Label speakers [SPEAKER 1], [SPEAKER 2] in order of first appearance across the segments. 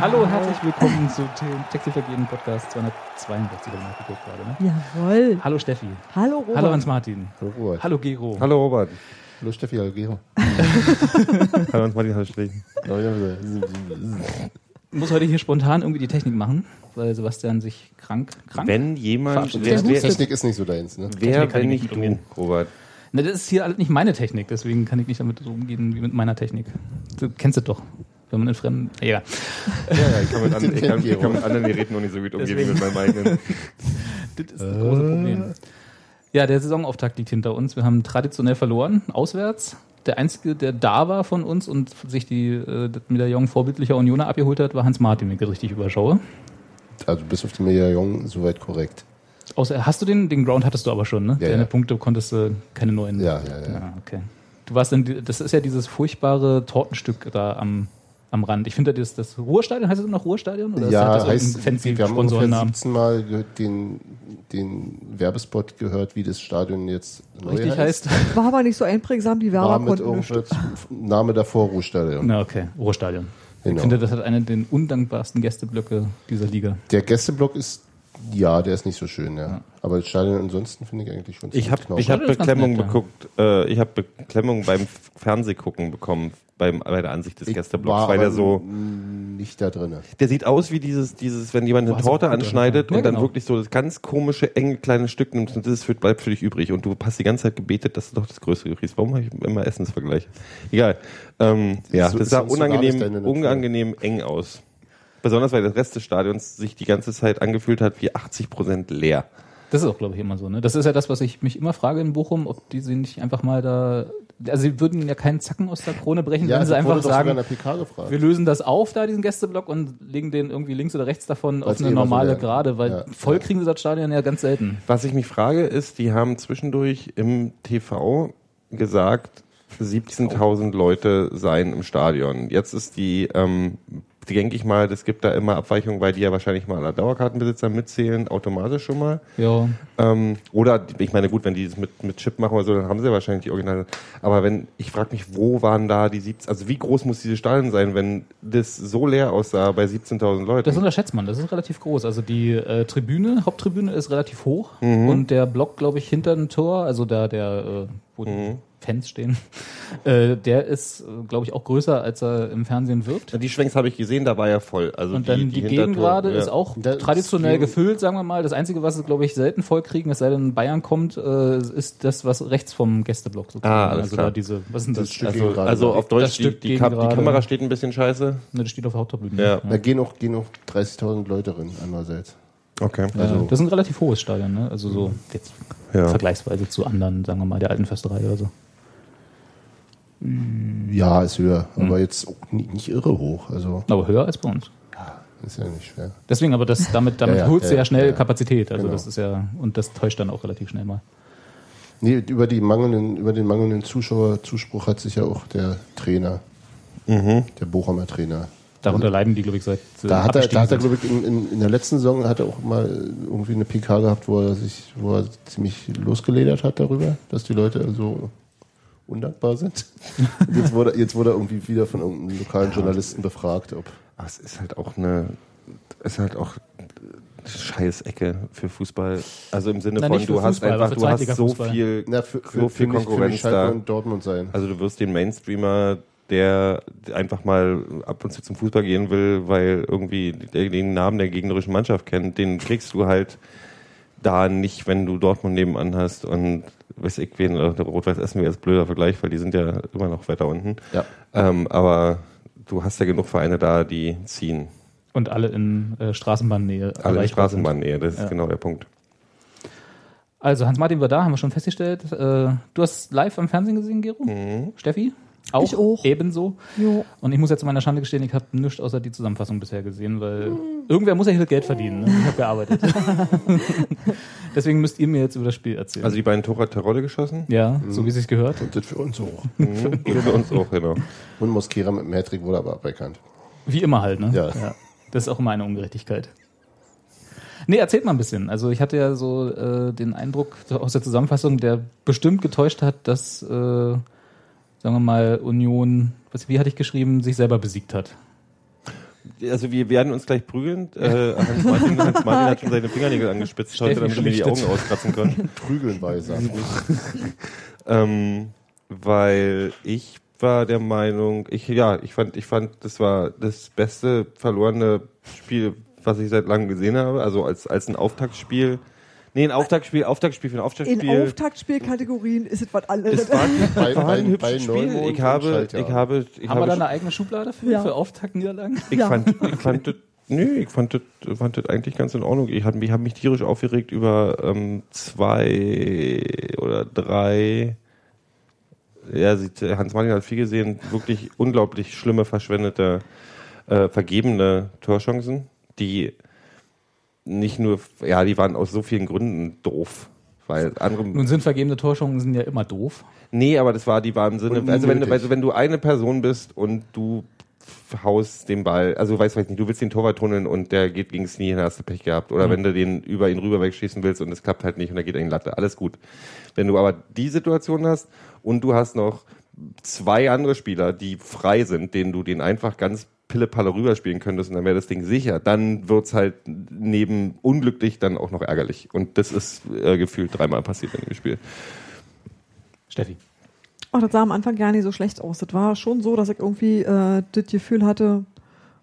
[SPEAKER 1] Hallo, herzlich willkommen zu dem Textilvergehen Podcast 262, habe ich nachgeguckt gerade. Ne?
[SPEAKER 2] Jawohl.
[SPEAKER 1] Hallo Steffi.
[SPEAKER 2] Hallo Robert.
[SPEAKER 1] Hallo Hans-Martin.
[SPEAKER 3] Hallo Robert.
[SPEAKER 1] Hallo Gero.
[SPEAKER 3] Hallo Robert. Hallo Steffi, hallo Gero.
[SPEAKER 4] Hallo uns Martin, hallo Steffen.
[SPEAKER 1] Muss heute hier spontan irgendwie die Technik machen, weil Sebastian sich krank, krank.
[SPEAKER 4] Wenn jemand,
[SPEAKER 1] Verabschiedet.
[SPEAKER 4] wer,
[SPEAKER 3] Technik,
[SPEAKER 4] wer,
[SPEAKER 3] Technik ist nicht so deins, ne?
[SPEAKER 4] wer
[SPEAKER 1] kann
[SPEAKER 4] wenn
[SPEAKER 1] ich
[SPEAKER 4] nicht du, Robert?
[SPEAKER 1] Na, das ist hier alles nicht meine Technik, deswegen kann ich nicht damit so umgehen wie mit meiner Technik. Du kennst es doch, wenn man in fremden, egal.
[SPEAKER 4] Ja, ja, ich kann mit, an, ich kann, ich
[SPEAKER 3] Gero.
[SPEAKER 4] kann mit anderen Geräten noch nicht so gut um umgehen wie
[SPEAKER 1] Deswegen.
[SPEAKER 4] mit meinem eigenen.
[SPEAKER 1] Das ist ein großes
[SPEAKER 3] Äh.
[SPEAKER 1] Problem. Ja, der Saisonauftakt liegt hinter uns. Wir haben traditionell verloren, auswärts. Der Einzige, der da war von uns und sich die, äh, das Medaillon vorbildlicher Unioner abgeholt hat, war Hans Martin, wenn ich das richtig überschaue.
[SPEAKER 3] Also bis auf den Medaillon soweit korrekt.
[SPEAKER 1] Außer, hast du den, den Ground hattest du aber schon, ne?
[SPEAKER 3] Ja,
[SPEAKER 1] Deine
[SPEAKER 3] ja.
[SPEAKER 1] Punkte konntest du keine neuen.
[SPEAKER 3] Ja, ja, ja.
[SPEAKER 1] Ah, okay. Du warst dann, das ist ja dieses furchtbare Tortenstück da am, am Rand. Ich finde das, das Ruhrstadion, heißt es immer noch Ruhrstadion? Oder
[SPEAKER 3] ja,
[SPEAKER 1] ist das irgendein fancy
[SPEAKER 3] wir haben ungefähr
[SPEAKER 1] Sponsorennamen?
[SPEAKER 3] 17 Mal ge- den, den Werbespot gehört, wie das Stadion jetzt neu
[SPEAKER 1] Richtig heißt?
[SPEAKER 2] War aber nicht so einprägsam, die
[SPEAKER 3] War
[SPEAKER 2] Werber
[SPEAKER 3] mit
[SPEAKER 2] konnten nicht.
[SPEAKER 3] irgendeinem Name davor Ruhestadion.
[SPEAKER 1] Na, okay. Ruhrstadion. Ich
[SPEAKER 3] Genau.
[SPEAKER 1] finde, das hat einen der undankbarsten Gästeblöcke dieser Liga.
[SPEAKER 3] Der Gästeblock ist, ja, der ist nicht so schön, ja. Aber das Stadion ansonsten finde ich eigentlich schon
[SPEAKER 4] Ich
[SPEAKER 3] ziemlich genau.
[SPEAKER 4] habe ich
[SPEAKER 3] knapp.
[SPEAKER 4] hab
[SPEAKER 1] Stadion ist ganz
[SPEAKER 4] Beklemmung
[SPEAKER 1] nett, ja.
[SPEAKER 4] beguckt, äh, ich habe Beklemmung beim F- Fernsehgucken bekommen, beim, bei der Ansicht des
[SPEAKER 3] Ich
[SPEAKER 4] Gästeblocks,
[SPEAKER 3] war
[SPEAKER 4] weil der
[SPEAKER 3] aber
[SPEAKER 4] so,
[SPEAKER 3] nicht da drinne.
[SPEAKER 4] der sieht aus wie dieses, dieses, wenn jemand eine
[SPEAKER 1] hast du
[SPEAKER 4] Torte
[SPEAKER 1] Punkte?
[SPEAKER 4] anschneidet
[SPEAKER 1] Ja,
[SPEAKER 4] und dann
[SPEAKER 1] genau.
[SPEAKER 4] wirklich so das ganz komische, enge, kleine Stück nimmst und das ist für, bleibt für dich übrig und du hast die ganze Zeit gebetet, dass du doch das Größere kriegst. Warum habe ich immer Essensvergleich? Egal. Ähm, ja,
[SPEAKER 3] so-
[SPEAKER 4] das sah
[SPEAKER 3] so- so nah
[SPEAKER 4] unangenehm,
[SPEAKER 3] ist deine Natur.
[SPEAKER 4] unangenehm eng aus. Besonders, weil der Rest des Stadions sich die ganze Zeit angefühlt hat wie 80 Prozent leer.
[SPEAKER 1] Das ist auch, glaube ich, immer so. Ne? Das ist ja das, was ich mich immer frage in Bochum, ob die sie nicht einfach mal da. Also sie würden ihnen ja keinen Zacken aus der Krone brechen, wenn sie
[SPEAKER 3] ich wurde
[SPEAKER 1] einfach
[SPEAKER 3] doch sogar in
[SPEAKER 1] sagen,
[SPEAKER 3] der PK gefragt.
[SPEAKER 1] wir lösen das auf, da diesen Gästeblock, und legen den irgendwie links oder rechts davon auf
[SPEAKER 3] Weil's
[SPEAKER 1] eine
[SPEAKER 3] eh immer so
[SPEAKER 1] normale
[SPEAKER 3] werden.
[SPEAKER 1] Gerade, weil
[SPEAKER 3] Ja.
[SPEAKER 1] voll kriegen sie das Stadion ja ganz selten.
[SPEAKER 4] Was ich mich frage, ist, die haben zwischendurch im TV gesagt, 17.000 Leute seien im Stadion. Jetzt ist die, ähm, denke ich mal, es gibt da immer Abweichungen, weil die ja wahrscheinlich mal alle Dauerkartenbesitzer mitzählen, automatisch schon mal.
[SPEAKER 1] Ja.
[SPEAKER 4] Ähm, oder, ich meine, gut, wenn die das mit, mit Chip machen oder so, dann haben sie wahrscheinlich die Originale. Aber wenn, ich frage mich, wo waren da die 17, also wie groß muss dieses Stadion sein, wenn das so leer aussah bei 17.000 Leuten?
[SPEAKER 1] Das unterschätzt man, das ist relativ groß. Also die äh, Tribüne, Haupttribüne ist relativ hoch
[SPEAKER 4] Mhm.
[SPEAKER 1] und der Block, glaube ich, hinter dem Tor, also da der, äh, wo
[SPEAKER 4] Mhm.
[SPEAKER 1] die Fans stehen, äh, der ist, glaube ich, auch größer, als er im Fernsehen wirkt.
[SPEAKER 4] die Schwenks habe ich gesehen, da war ja voll. Also
[SPEAKER 1] Und dann die,
[SPEAKER 4] Hintertür-
[SPEAKER 1] Gegengrade
[SPEAKER 4] ja.
[SPEAKER 1] ist auch
[SPEAKER 3] Da ist
[SPEAKER 1] traditionell
[SPEAKER 3] die-
[SPEAKER 1] gefüllt, sagen wir mal. Das Einzige, was es, glaube ich, selten vollkriegen, es sei denn Bayern kommt, äh, ist das, was rechts vom Gästeblock sozusagen.
[SPEAKER 4] Ah, alles
[SPEAKER 1] also
[SPEAKER 4] klar.
[SPEAKER 1] da diese, was ist denn das?
[SPEAKER 3] Das Stück
[SPEAKER 4] Also,
[SPEAKER 3] Gegengrade.
[SPEAKER 4] also auf Deutsch,
[SPEAKER 1] Das
[SPEAKER 4] die,
[SPEAKER 1] Stück
[SPEAKER 4] die, Kap
[SPEAKER 1] Gegengrade.
[SPEAKER 4] die Kamera steht ein bisschen scheiße.
[SPEAKER 1] Ne, das steht auf der Haupttribüne.
[SPEAKER 4] Ja.
[SPEAKER 3] Da gehen auch, gehen auch 30.000 Leute rein, andererseits.
[SPEAKER 4] Okay.
[SPEAKER 1] Ja, Äh,
[SPEAKER 3] Also
[SPEAKER 1] Das ist ein relativ hohes Stadion, ne? Also so
[SPEAKER 3] Mhm.
[SPEAKER 1] jetzt
[SPEAKER 4] Ja.
[SPEAKER 1] vergleichsweise zu anderen, sagen wir mal, der alten Försterei oder so.
[SPEAKER 3] Ja, ist höher,
[SPEAKER 1] Hm.
[SPEAKER 3] aber jetzt auch nie, nicht irre hoch. Also
[SPEAKER 1] Aber höher als bei uns.
[SPEAKER 3] ist ja nicht schwer.
[SPEAKER 1] Deswegen, aber das, damit, damit
[SPEAKER 3] Ja, ja,
[SPEAKER 1] holst du
[SPEAKER 3] ja,
[SPEAKER 1] ja schnell
[SPEAKER 3] ja, ja.
[SPEAKER 1] Kapazität. Also
[SPEAKER 3] Genau.
[SPEAKER 1] das ist ja, und das täuscht dann auch relativ schnell mal.
[SPEAKER 3] Nee, über, die mangelnden, über den mangelnden Zuschauerzuspruch hat sich ja auch der Trainer, der Bochumer Trainer.
[SPEAKER 1] Darunter leiden die, glaube ich, seit äh,
[SPEAKER 3] Also Da hat er, da hat er
[SPEAKER 1] abgestiegen
[SPEAKER 3] glaube ich, in, in, in der letzten Saison hat er auch mal irgendwie eine PK gehabt, wo er sich, wo er ziemlich losgeledert hat darüber, dass die Leute so undankbar sind. Und jetzt, wurde, jetzt wurde er irgendwie wieder von irgendeinem lokalen Journalisten befragt, ob.
[SPEAKER 4] Aber es ist halt auch eine, es ist halt auch eine Scheißecke für Fußball. Also im Sinne
[SPEAKER 1] Na,
[SPEAKER 4] von,
[SPEAKER 1] nicht
[SPEAKER 4] du
[SPEAKER 1] für
[SPEAKER 4] hast
[SPEAKER 1] Fußball,
[SPEAKER 4] einfach,
[SPEAKER 1] aber für
[SPEAKER 4] du hast so
[SPEAKER 1] Zweitliga-Fußball.
[SPEAKER 4] viel,
[SPEAKER 3] Na, für,
[SPEAKER 4] so
[SPEAKER 3] für, für
[SPEAKER 4] viel
[SPEAKER 3] mich, für mich
[SPEAKER 4] Konkurrenz
[SPEAKER 3] Schalke
[SPEAKER 4] da.
[SPEAKER 3] und Dortmund sein.
[SPEAKER 4] Also du wirst den Mainstreamer, der einfach mal ab und zu zum Fußball gehen will, weil irgendwie der den Namen der gegnerischen Mannschaft kennt, den kriegst du halt da nicht, wenn du Dortmund nebenan hast und weiß ich wen, oder Rot-Weiß Essen wäre jetzt blöder Vergleich, weil die sind ja immer noch weiter unten.
[SPEAKER 3] Ja.
[SPEAKER 4] Ähm, aber du hast ja genug Vereine da, die ziehen.
[SPEAKER 1] und alle in äh, Straßenbahnnähe.
[SPEAKER 4] Alle in
[SPEAKER 1] erreichbar sind.
[SPEAKER 4] Straßenbahnnähe, das ist genau der Punkt.
[SPEAKER 1] Also Hans-Martin war da, haben wir schon festgestellt. Äh, du hast live am Fernsehen gesehen, Gero?
[SPEAKER 3] Mhm.
[SPEAKER 1] Steffi? Auch?
[SPEAKER 2] Ich auch.
[SPEAKER 1] Ebenso.
[SPEAKER 2] Jo.
[SPEAKER 1] Und ich muss jetzt zu meiner Schande gestehen, ich habe nichts außer die Zusammenfassung bisher gesehen, weil irgendwer muss ja hier das Geld verdienen. Ne? Ich habe gearbeitet. Deswegen müsst ihr mir jetzt über das Spiel erzählen.
[SPEAKER 4] Also die beiden Tore hat Rolle geschossen?
[SPEAKER 1] ja, so wie es sich gehört.
[SPEAKER 3] Das für uns hoch.
[SPEAKER 4] Und für uns auch, genau.
[SPEAKER 3] Und Moskera mit dem Hattrick wurde aber aberkannt.
[SPEAKER 1] Wie immer halt, ne?
[SPEAKER 3] Ja.
[SPEAKER 1] Das ist auch immer eine Ungerechtigkeit. Nee, erzählt mal ein bisschen. Also ich hatte ja so äh, den Eindruck aus der Zusammenfassung, der bestimmt getäuscht hat, dass, äh, sagen wir mal, Union, was, wie hatte ich geschrieben, sich selber besiegt hat.
[SPEAKER 4] also wir werden uns gleich prügeln. Äh, Hans, Martin, Hans Martin hat schon seine Fingernägel angespitzt heute, damit wir die Augen auskratzen können.
[SPEAKER 3] Prügeln bei Sachen.
[SPEAKER 4] Ähm, weil ich war der Meinung, ich ja, ich fand, ich fand, das war das beste verlorene Spiel, was ich seit langem gesehen habe. Also als als ein Auftaktspiel. Nee, ein Auftaktspiel, Auftaktspiel für ein
[SPEAKER 2] In
[SPEAKER 4] Auftaktspiel.
[SPEAKER 2] Auftaktspielkategorien ist es was anderes.
[SPEAKER 4] es war,
[SPEAKER 3] Bei,
[SPEAKER 4] war
[SPEAKER 3] bei,
[SPEAKER 4] ein
[SPEAKER 3] bei
[SPEAKER 4] hübsches Spiel.
[SPEAKER 3] Neumond
[SPEAKER 4] Ich habe,
[SPEAKER 3] und
[SPEAKER 4] ich
[SPEAKER 3] Schaltjahr.
[SPEAKER 4] habe, ich
[SPEAKER 5] Haben wir
[SPEAKER 4] habe
[SPEAKER 5] da eine eigene Schublade für,
[SPEAKER 2] Ja.
[SPEAKER 5] für Auftaktniederlagen?
[SPEAKER 4] Ich
[SPEAKER 2] Ja.
[SPEAKER 4] fand, ich fand, das- nee, ich fand, das- fand das eigentlich ganz in Ordnung. Ich habe mich, hab mich tierisch aufgeregt über ähm, zwei oder drei. Ja, sieht- Hans Martin hat viel gesehen. Wirklich unglaublich schlimme verschwendete, äh, vergebene Torchancen, die nicht nur, ja, die waren aus so vielen Gründen doof. Weil andere
[SPEAKER 5] Nun sind vergebene Torschungen sind ja immer doof.
[SPEAKER 4] Nee, aber das war, die war im Sinne,
[SPEAKER 3] Und
[SPEAKER 4] also wenn, du-
[SPEAKER 3] unnötig.
[SPEAKER 4] also wenn du eine Person bist und du haust den Ball, also weißt du weiß nicht, du willst den Torwart tunneln und der geht gegen das Knie, dann hast du Pech gehabt. Oder wenn du den über ihn rüber wegschießen willst und es klappt halt nicht und er geht in die Latte, alles gut. Wenn du aber die Situation hast und du hast noch zwei andere Spieler, die frei sind, denen du den einfach ganz pille-palle rüberspielen könntest und dann wäre das Ding sicher, dann wird's halt neben unglücklich dann auch noch ärgerlich. Und das ist äh, gefühlt dreimal passiert in dem Spiel.
[SPEAKER 5] Steffi.
[SPEAKER 2] Ach, das sah am Anfang gar nicht so schlecht aus. Das war schon so, dass ich irgendwie äh, das Gefühl hatte,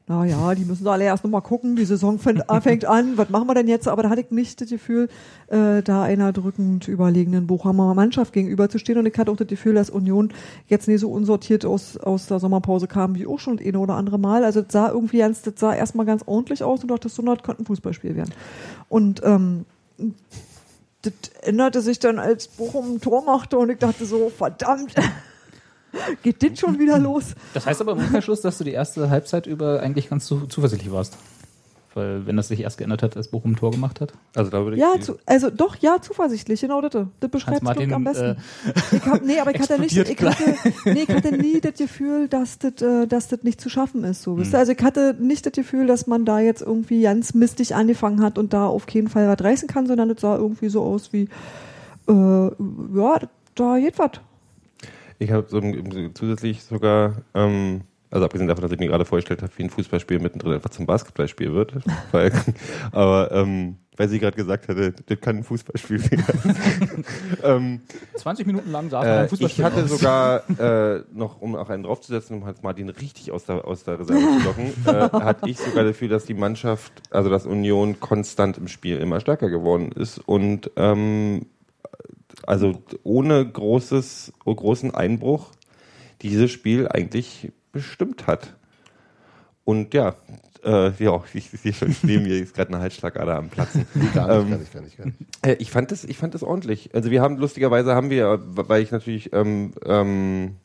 [SPEAKER 2] naja, die müssen da alle erst nochmal gucken, die Saison fängt, äh, fängt an, was machen wir denn jetzt? Aber da hatte ich nicht das Gefühl, äh, da einer drückend überlegenen Bochumer Mannschaft gegenüberzustehen. Und ich hatte auch das Gefühl, dass Union jetzt nicht so unsortiert aus, aus der Sommerpause kam, wie auch schon das eine oder andere Mal. Also das sah irgendwie ganz, das sah erstmal ganz ordentlich aus und dachte, so, na, das könnte ein Fußballspiel werden. Und ähm, das änderte sich dann, als Bochum ein Tor machte und ich dachte so, verdammt, geht das schon wieder los?
[SPEAKER 5] Das heißt aber im Umkehrschluss, dass du die erste Halbzeit über eigentlich ganz zu, zuversichtlich warst. Weil wenn das sich erst geändert hat, als Bochum ein Tor gemacht hat.
[SPEAKER 4] Also da würde ich
[SPEAKER 2] Ja,
[SPEAKER 4] die-
[SPEAKER 2] zu, also doch, ja, zuversichtlich, genau das. Das beschreibt es
[SPEAKER 5] Hans-Martin,
[SPEAKER 2] am
[SPEAKER 1] äh,
[SPEAKER 2] besten. ich hab, nee, aber ich hatte nicht, ich
[SPEAKER 5] explodiert
[SPEAKER 2] hatte, nee, ich hatte nie das Gefühl, dass das, äh, dass das nicht zu schaffen ist. So, wisst ihr? Also ich hatte nicht das Gefühl, dass man da jetzt irgendwie ganz mistig angefangen hat und da auf keinen Fall was reißen kann, sondern das sah irgendwie so aus wie, äh, ja, da geht was.
[SPEAKER 4] Ich habe so im- im- zusätzlich sogar, ähm, also abgesehen davon, dass ich mir gerade vorgestellt habe, wie ein Fußballspiel mittendrin einfach zum Basketballspiel wird. Weil, aber ähm, weil sie gerade gesagt hatte, das kann ein Fußballspiel werden. ähm,
[SPEAKER 5] 20 äh, Minuten lang sah
[SPEAKER 4] äh,
[SPEAKER 5] man Fußball
[SPEAKER 4] ich hatte sogar äh, noch, um auch einen draufzusetzen, um Hans Martin richtig aus der, aus der Reserve zu locken, äh, hatte ich sogar dafür, dass die Mannschaft, also dass Union konstant im Spiel immer stärker geworden ist und ähm, also ohne großes, großen Einbruch dieses Spiel eigentlich bestimmt hat. Und ja, äh, ja, ich sehe schon, neben mir ist gerade eine Halsschlagader am Platzen.
[SPEAKER 3] Gar
[SPEAKER 4] Ähm,
[SPEAKER 3] nicht, gar nicht, gar nicht, gar nicht.
[SPEAKER 4] Äh, Ich fand das, ich fand das ordentlich. Also wir haben lustigerweise haben wir, äh, weil ich natürlich ähm, ähm,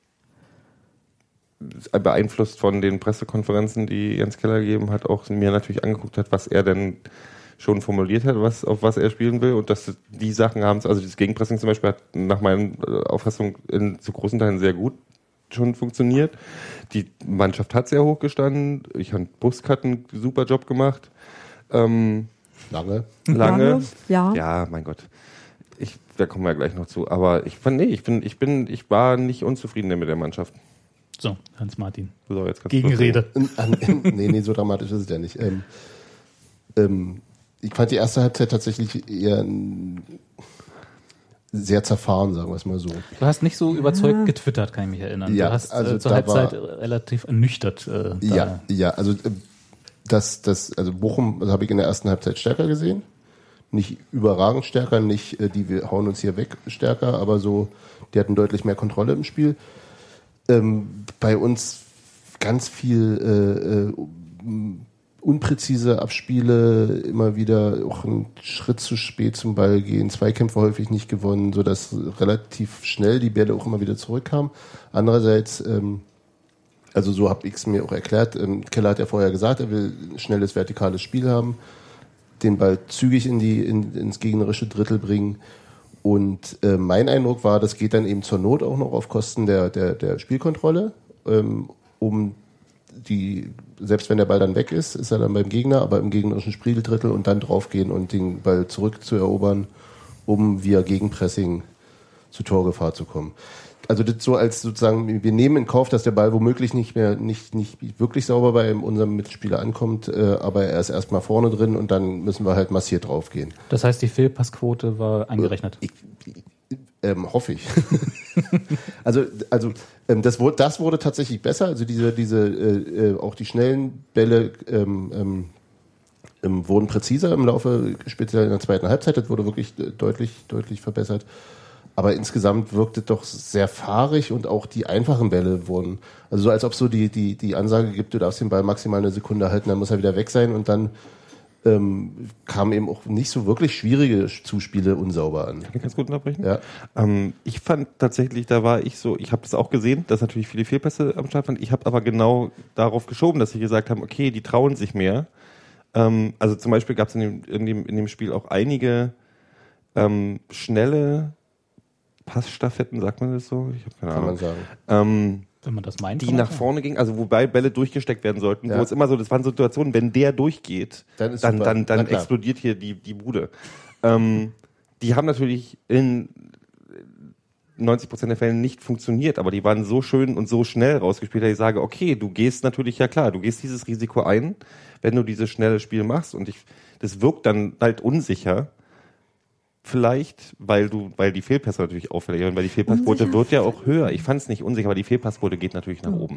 [SPEAKER 4] beeinflusst von den Pressekonferenzen, die Jens Keller gegeben hat, auch mir natürlich angeguckt hat, was er denn schon formuliert hat, was auf was er spielen will und dass die Sachen haben, also das Gegenpressing zum Beispiel hat nach meiner äh, Auffassung in, zu großen Teilen sehr gut schon funktioniert. Die Mannschaft hat sehr hoch gestanden. Ich fand Busk hat einen super Job gemacht. Ähm,
[SPEAKER 3] Lange.
[SPEAKER 4] lange.
[SPEAKER 2] Ja.
[SPEAKER 4] Ja, mein Gott. Ich, da kommen wir gleich noch zu. Aber ich fand, nee, ich bin, ich bin, ich war nicht unzufrieden mit der Mannschaft.
[SPEAKER 5] So, Hans-Martin.
[SPEAKER 4] So, jetzt kannst du
[SPEAKER 5] Gegenrede.
[SPEAKER 3] Ähm, ähm, nee, nee, so dramatisch ist es ja nicht. Ähm, ähm, ich fand die erste Halbzeit tatsächlich eher ähm, sehr zerfahren, sagen wir es mal so.
[SPEAKER 5] Du hast nicht so überzeugt getwittert, kann ich mich erinnern.
[SPEAKER 3] Ja,
[SPEAKER 5] du hast
[SPEAKER 3] also
[SPEAKER 5] äh, zur
[SPEAKER 3] da
[SPEAKER 5] Halbzeit
[SPEAKER 3] war-
[SPEAKER 5] relativ ernüchtert. Äh, da.
[SPEAKER 3] Ja, ja, also äh, das, das, also Bochum das habe ich in der ersten Halbzeit stärker gesehen. Nicht überragend stärker, nicht äh, die wir hauen uns hier weg stärker, aber so, die hatten deutlich mehr Kontrolle im Spiel. Ähm, bei uns ganz viel äh, äh, um- unpräzise Abspiele, immer wieder auch einen Schritt zu spät zum Ball gehen, Zweikämpfe häufig nicht gewonnen, sodass relativ schnell die Bälle auch immer wieder zurückkamen. Andererseits ähm, also so habe ich es mir auch erklärt. Ähm, Keller hat ja vorher gesagt, er will ein schnelles, vertikales Spiel haben, den Ball zügig in die, in, ins gegnerische Drittel bringen. Und äh, mein Eindruck war, das geht dann eben zur Not auch noch auf Kosten der, der, der Spielkontrolle, ähm, um die, selbst wenn der Ball dann weg ist, ist er dann beim Gegner, aber im gegnerischen Spieldrittel und dann draufgehen und den Ball zurück zu erobern, um via Gegenpressing zu Torgefahr zu kommen. Also das so als sozusagen, wir nehmen in Kauf, dass der Ball womöglich nicht mehr, nicht, nicht wirklich sauber bei unserem Mitspieler ankommt, äh, aber er ist erstmal vorne drin und dann müssen wir halt massiert draufgehen.
[SPEAKER 5] Das heißt, die Fehlpassquote war eingerechnet.
[SPEAKER 3] Ich, ich, ähm, hoffe ich. also also ähm, das, wurde, das wurde tatsächlich besser. Also diese, diese äh, äh, auch die schnellen Bälle ähm, ähm, ähm, wurden präziser im Laufe, speziell in der zweiten Halbzeit. Das wurde wirklich äh, deutlich, deutlich verbessert. Aber insgesamt wirkte doch sehr fahrig und auch die einfachen Bälle wurden. Also so als ob so die, die, die Ansage gibt, du darfst den Ball maximal eine Sekunde halten, dann muss er wieder weg sein und dann ähm, kamen eben auch nicht so wirklich schwierige Zuspiele unsauber an.
[SPEAKER 4] Kann ich ganz gut unterbrechen?
[SPEAKER 3] Ja.
[SPEAKER 4] Ähm, ich fand tatsächlich, da war ich so, ich habe das auch gesehen, dass natürlich viele Fehlpässe am Start waren. Ich habe aber genau darauf geschoben, dass sie gesagt haben, okay, die trauen sich mehr. Ähm, also zum Beispiel gab es in dem, in, dem, in dem Spiel auch einige ähm, schnelle Passstaffetten, sagt man das so? Ich habe keine
[SPEAKER 3] Kann man
[SPEAKER 4] Ahnung.
[SPEAKER 3] sagen.
[SPEAKER 4] Ähm,
[SPEAKER 5] Wenn man das meint.
[SPEAKER 4] die
[SPEAKER 5] kann man
[SPEAKER 4] nach
[SPEAKER 5] sagen.
[SPEAKER 4] vorne gingen, also wobei Bälle durchgesteckt werden sollten,
[SPEAKER 3] Ja.
[SPEAKER 4] wo es immer so, das waren Situationen, wenn der durchgeht,
[SPEAKER 3] Dann
[SPEAKER 4] dann,
[SPEAKER 3] ist
[SPEAKER 4] dann,
[SPEAKER 3] super.
[SPEAKER 4] dann,
[SPEAKER 3] Na klar.
[SPEAKER 4] explodiert hier die, die Bude. Ähm, die haben natürlich in 90% der Fälle nicht funktioniert, aber die waren so schön und so schnell rausgespielt, dass ich sage, okay, du gehst natürlich, ja klar, du gehst dieses Risiko ein, wenn du dieses schnelle Spiel machst und ich, das wirkt dann halt unsicher. Vielleicht, weil du, weil die Fehlpässe natürlich auffällig werden, weil die Fehlpassquote
[SPEAKER 2] Unsicher?
[SPEAKER 4] wird ja auch höher. Ich fand es nicht unsicher, aber die Fehlpassquote geht natürlich
[SPEAKER 3] Hm.
[SPEAKER 4] nach oben.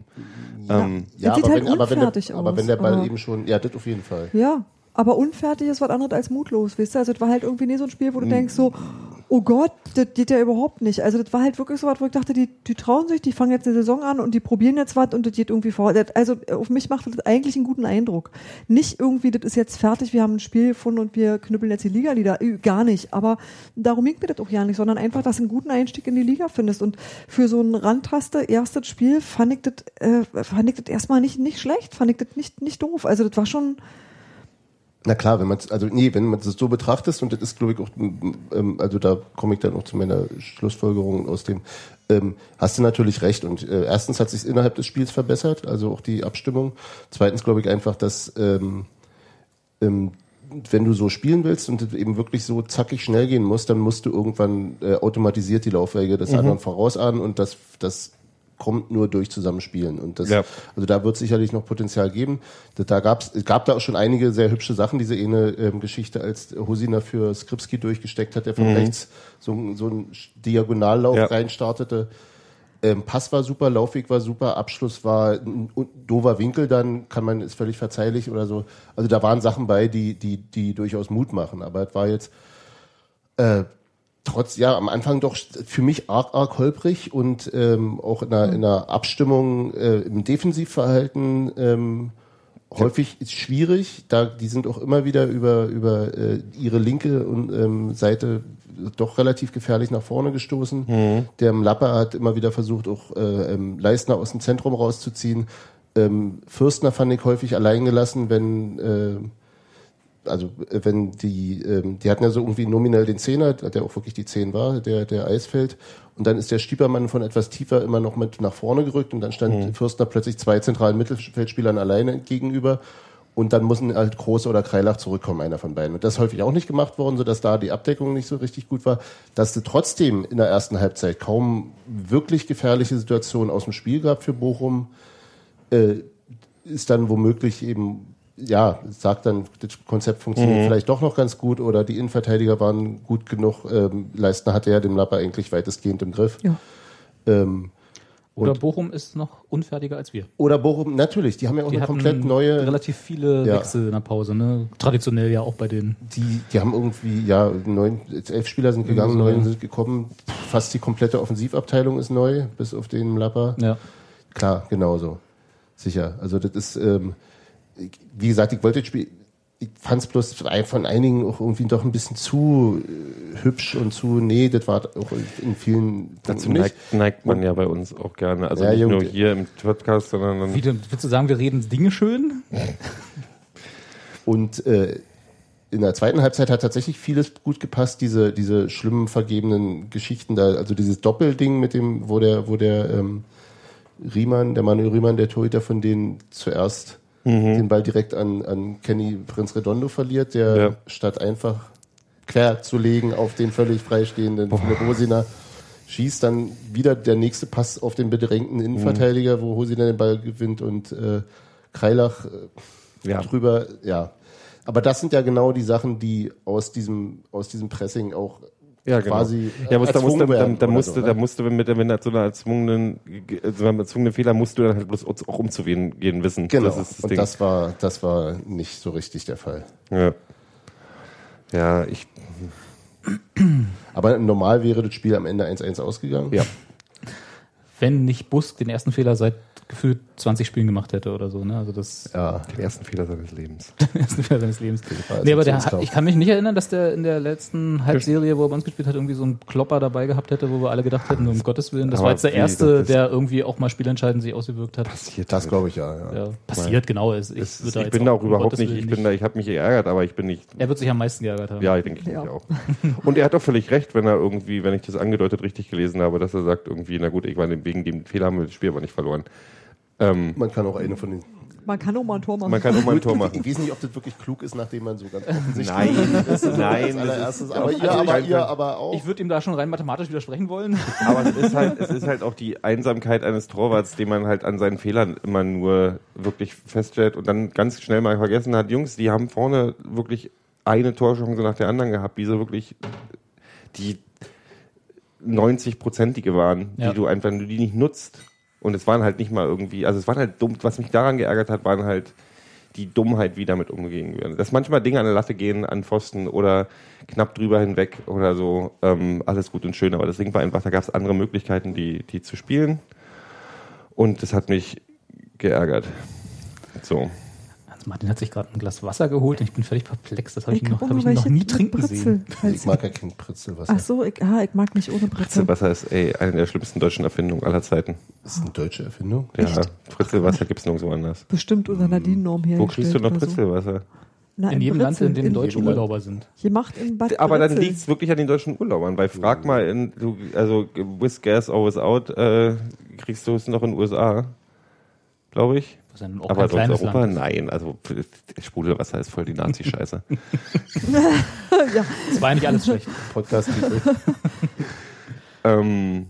[SPEAKER 4] Ähm,
[SPEAKER 3] Ja,
[SPEAKER 2] Das sieht
[SPEAKER 3] aber,
[SPEAKER 2] halt
[SPEAKER 3] wenn, aber, wenn
[SPEAKER 2] unfertig
[SPEAKER 3] der, aber
[SPEAKER 2] aus,
[SPEAKER 3] wenn der Ball
[SPEAKER 2] aber-
[SPEAKER 3] eben schon, ja, das auf jeden Fall.
[SPEAKER 2] Ja, aber unfertig ist was anderes als mutlos, weißt du? Also das war halt irgendwie nie so ein Spiel, wo du denkst so, oh Gott, das geht ja überhaupt nicht. Also das war halt wirklich so was, wo ich dachte, die, die trauen sich, die fangen jetzt eine Saison an und die probieren jetzt was und das geht irgendwie vor. Das- Also auf mich macht das eigentlich einen guten Eindruck. Nicht irgendwie, das ist jetzt fertig, wir haben ein Spiel gefunden und wir knüppeln jetzt die Liga nieder. Äh, Gar nicht. Aber darum ging mir das auch ja nicht, sondern einfach, dass du einen guten Einstieg in die Liga findest. Und für so einen Randtaste, erstes Spiel, fand ich das, äh, fand ich das erstmal nicht, nicht schlecht, fand ich das nicht, nicht doof. Also das war schon,
[SPEAKER 3] Na klar, wenn man also nee, wenn man es so betrachtet und das ist glaube ich auch ähm, also da komme ich dann auch zu meiner Schlussfolgerung aus dem ähm, hast du natürlich recht und äh, erstens hat sich innerhalb des Spiels verbessert, also auch die Abstimmung. Zweitens glaube ich einfach, dass ähm, ähm, wenn du so spielen willst und das eben wirklich so zackig schnell gehen musst, dann musst du irgendwann äh, automatisiert die Laufwege des anderen vorausahnen und das, das kommt nur durch Zusammenspielen. Und das,
[SPEAKER 4] Ja.
[SPEAKER 3] also da wird sicherlich noch Potenzial geben. Da, da gab's, es gab da auch schon einige sehr hübsche Sachen, diese eine ähm, Geschichte, als Hosina für Skripski durchgesteckt hat, der von rechts so, ein- so einen Diagonallauf
[SPEAKER 4] Ja.
[SPEAKER 3] reinstartete. Ähm, Pass war super, Laufweg war super, Abschluss war ein un- doofer Winkel, dann kann man ist völlig verzeihlich oder so. Also da waren Sachen bei, die die die durchaus Mut machen, aber es war jetzt äh, trotz ja am Anfang doch für mich arg arg holprig und ähm, auch in einer, in einer Abstimmung äh, im Defensivverhalten ähm, häufig ist schwierig. Da die sind auch immer wieder über über äh, ihre linke und, ähm, Seite doch relativ gefährlich nach vorne gestoßen. Der Mlapper hat immer wieder versucht, auch äh, ähm, Leistner aus dem Zentrum rauszuziehen. Ähm, Fürstner fand ich häufig allein gelassen, wenn äh, also äh, wenn die, ähm, die hatten ja so irgendwie nominell den Zehner, der auch wirklich die Zehn war, der, der Eisfeld. Und dann ist der Stiepermann von etwas tiefer immer noch mit nach vorne gerückt und dann stand Fürstner plötzlich zwei zentralen Mittelfeldspielern alleine gegenüber. Und dann mussten halt Groß oder Kreilach zurückkommen, einer von beiden. Und das ist häufig auch nicht gemacht worden, sodass da die Abdeckung nicht so richtig gut war. Dass du trotzdem in der ersten Halbzeit kaum wirklich gefährliche Situationen aus dem Spiel gab für Bochum ist dann womöglich eben, ja, sagt dann, das Konzept
[SPEAKER 5] Mhm.
[SPEAKER 3] funktioniert vielleicht doch noch ganz gut oder die Innenverteidiger waren gut genug. Ähm, Leistner hatte ja den Lapper eigentlich weitestgehend im Griff.
[SPEAKER 2] ja.
[SPEAKER 3] Ähm,
[SPEAKER 5] Oder Bochum ist noch unfertiger als wir.
[SPEAKER 3] oder Bochum, natürlich, die haben ja auch
[SPEAKER 5] Die
[SPEAKER 3] eine
[SPEAKER 5] hatten
[SPEAKER 3] komplett neue,
[SPEAKER 5] relativ viele
[SPEAKER 3] Ja.
[SPEAKER 5] Wechsel in der Pause, ne? Traditionell ja auch bei denen.
[SPEAKER 3] die, die haben irgendwie, ja, neun, jetzt elf Spieler sind gegangen,
[SPEAKER 5] so,
[SPEAKER 3] neun
[SPEAKER 5] ja.
[SPEAKER 3] sind gekommen. Fast die komplette Offensivabteilung ist neu, bis auf den Lapper.
[SPEAKER 5] Ja.
[SPEAKER 3] Klar, genauso. Sicher. Also das ist, ähm, ich- wie gesagt, ich wollte das Spiel, ich fand es bloß von einigen auch irgendwie doch ein bisschen zu äh, hübsch und zu, nee, das war auch in vielen
[SPEAKER 4] Dazu
[SPEAKER 3] Punkten nicht.
[SPEAKER 4] neigt, neigt man ja bei uns auch gerne. Also
[SPEAKER 3] Ja,
[SPEAKER 4] nicht
[SPEAKER 3] Junge.
[SPEAKER 4] nur hier im Podcast, sondern dann
[SPEAKER 5] Wie, denn- willst du sagen, wir reden Dinge schön?
[SPEAKER 3] Und äh, in der zweiten Halbzeit hat tatsächlich vieles gut gepasst, diese, diese schlimmen vergebenen Geschichten da, also dieses Doppelding mit dem, wo der, wo der ähm, Riemann, der Manuel Riemann, der Torhüter von denen zuerst den Ball direkt an, an Kenny Prinz Redondo verliert, der
[SPEAKER 4] Ja.
[SPEAKER 3] statt einfach quer zu legen auf den völlig freistehenden Philipp Rosiner schießt dann wieder der nächste Pass auf den bedrängten Innenverteidiger, wo Hosi dann den Ball gewinnt und äh, Kreilach äh,
[SPEAKER 4] Ja.
[SPEAKER 3] drüber, ja. Aber das sind ja genau die Sachen, die aus diesem, aus diesem Pressing auch
[SPEAKER 4] Ja, genau.
[SPEAKER 3] quasi äh,
[SPEAKER 4] Ja, aber da musste,
[SPEAKER 3] erzwungen
[SPEAKER 4] da,
[SPEAKER 3] werden
[SPEAKER 4] da
[SPEAKER 3] oder
[SPEAKER 4] musste,
[SPEAKER 3] so,
[SPEAKER 4] da
[SPEAKER 3] ne?
[SPEAKER 4] musste mit, der- mit so einer erzwungenen, also beim erzwungenen Fehler musst du dann halt bloß auch umzugehen gehen wissen.
[SPEAKER 3] Genau.
[SPEAKER 4] Das ist das
[SPEAKER 3] und
[SPEAKER 4] Ding.
[SPEAKER 3] das war, das war nicht so richtig der Fall.
[SPEAKER 4] ja. ja, ich,
[SPEAKER 3] Aber normal wäre das Spiel am Ende 1-1 ausgegangen.
[SPEAKER 4] ja.
[SPEAKER 1] Wenn nicht Busk den ersten Fehler seit gefühlt 20 Spielen gemacht hätte oder so. Ne? Also das
[SPEAKER 3] Ja.
[SPEAKER 4] Den ersten Fehler seines Lebens.
[SPEAKER 1] erste Fehler seines Lebens. nee, aber
[SPEAKER 3] war
[SPEAKER 4] also
[SPEAKER 1] der,
[SPEAKER 3] Assoziationskauf.
[SPEAKER 1] ich kann mich nicht erinnern, dass der in der letzten Halbserie, wo er bei uns gespielt hat, irgendwie so einen Klopper dabei gehabt hätte, wo wir alle gedacht hätten, um Gottes Willen, das
[SPEAKER 4] Aber
[SPEAKER 1] war jetzt der
[SPEAKER 4] wie,
[SPEAKER 1] erste,
[SPEAKER 4] das ist-
[SPEAKER 1] der irgendwie auch mal spielentscheidend sich ausgewirkt hat.
[SPEAKER 3] Das
[SPEAKER 4] halt.
[SPEAKER 3] glaube ich ja. ja.
[SPEAKER 1] Ja, passiert, genau. Ist, ich
[SPEAKER 4] Das
[SPEAKER 1] würd
[SPEAKER 4] ist,
[SPEAKER 1] da
[SPEAKER 4] ich
[SPEAKER 1] jetzt
[SPEAKER 4] bin da auch
[SPEAKER 1] um
[SPEAKER 4] überhaupt
[SPEAKER 1] Gottes
[SPEAKER 4] nicht,
[SPEAKER 1] Willen
[SPEAKER 4] ich bin da, ich habe mich geärgert, aber ich bin nicht,
[SPEAKER 1] Er wird sich am meisten geärgert haben.
[SPEAKER 4] ja, ich denke ich
[SPEAKER 2] Ja.
[SPEAKER 4] mich auch. Und er hat auch völlig recht, wenn er irgendwie, wenn ich das angedeutet richtig gelesen habe, dass er sagt irgendwie, na gut, ich meine, wegen dem Fehler haben wir das Spiel aber nicht verloren. Ähm,
[SPEAKER 3] Man kann auch eine von den.
[SPEAKER 2] Man kann auch mal ein Tor machen.
[SPEAKER 4] man kann auch mal ein Tor machen.
[SPEAKER 3] Ich weiß nicht, ob das wirklich klug ist, nachdem man so ganz offensichtlich
[SPEAKER 4] Nein, nein,
[SPEAKER 3] als
[SPEAKER 4] das
[SPEAKER 3] allererstes.
[SPEAKER 4] ist
[SPEAKER 3] Aber
[SPEAKER 4] auf
[SPEAKER 3] ihr, aber
[SPEAKER 4] keinen Fall.
[SPEAKER 3] ihr, aber auch.
[SPEAKER 1] Ich würde ihm da schon rein mathematisch widersprechen wollen.
[SPEAKER 4] Aber es ist halt, es ist halt auch die Einsamkeit eines Torwarts, den man halt an seinen Fehlern immer nur wirklich feststellt und dann ganz schnell mal vergessen hat, Jungs, die haben vorne wirklich eine Torchance nach der anderen gehabt, diese wirklich die 90-prozentige waren,
[SPEAKER 1] Ja.
[SPEAKER 4] die du einfach, wenn du die nicht nutzt. Und es waren halt nicht mal irgendwie, also es waren halt dumm, was mich daran geärgert hat, waren halt die Dummheit, wie damit umgegangen wird. Dass manchmal Dinge an der Latte gehen, an Pfosten oder knapp drüber hinweg oder so, ähm, alles gut und schön. Aber das Ding war einfach, da gab es andere Möglichkeiten, die, die zu spielen. Und das hat mich geärgert. So.
[SPEAKER 1] Hans Also Martin hat sich gerade ein Glas Wasser geholt und ich bin völlig perplex. Das habe ich,
[SPEAKER 2] Ich
[SPEAKER 1] ihn noch,
[SPEAKER 2] hab auch
[SPEAKER 1] hab ich ihn
[SPEAKER 2] welche
[SPEAKER 1] noch nie
[SPEAKER 2] mit
[SPEAKER 1] trinken
[SPEAKER 2] Brezel.
[SPEAKER 1] sehen.
[SPEAKER 3] ich mag ja kein Pritzelwasser.
[SPEAKER 2] also- Ach so, ich, ah, ich mag nicht ohne Brezel.
[SPEAKER 4] Wasser ist ey, eine der schlimmsten deutschen Erfindungen aller Zeiten.
[SPEAKER 3] Das ist eine deutsche Erfindung.
[SPEAKER 4] Ja, Fritzelwasser gibt es nirgendwo anders.
[SPEAKER 2] Bestimmt unter Nadine-Norm hergestellt.
[SPEAKER 4] Wo kriegst du noch
[SPEAKER 2] oder so.
[SPEAKER 4] Fritzelwasser?
[SPEAKER 2] Na,
[SPEAKER 1] In jedem Land,
[SPEAKER 2] Brezel,
[SPEAKER 1] in dem
[SPEAKER 3] jedem
[SPEAKER 1] deutsche
[SPEAKER 3] Land.
[SPEAKER 1] Urlauber sind.
[SPEAKER 2] Hier macht in Bad
[SPEAKER 4] Aber dann
[SPEAKER 2] Brezel.
[SPEAKER 4] liegt es wirklich an den deutschen Urlaubern, weil frag mal, in, du, also with gas always out, äh, kriegst du es noch in den USA, glaube ich.
[SPEAKER 1] Was ja nun auch
[SPEAKER 4] Aber
[SPEAKER 1] kein
[SPEAKER 4] sonst
[SPEAKER 1] kleines
[SPEAKER 4] Europa,
[SPEAKER 1] Land. ist.
[SPEAKER 4] nein. Also pf, Sprudelwasser ist voll die Nazi-Scheiße.
[SPEAKER 1] Es war ja nicht alles schlecht.
[SPEAKER 3] Podcast.
[SPEAKER 4] ähm,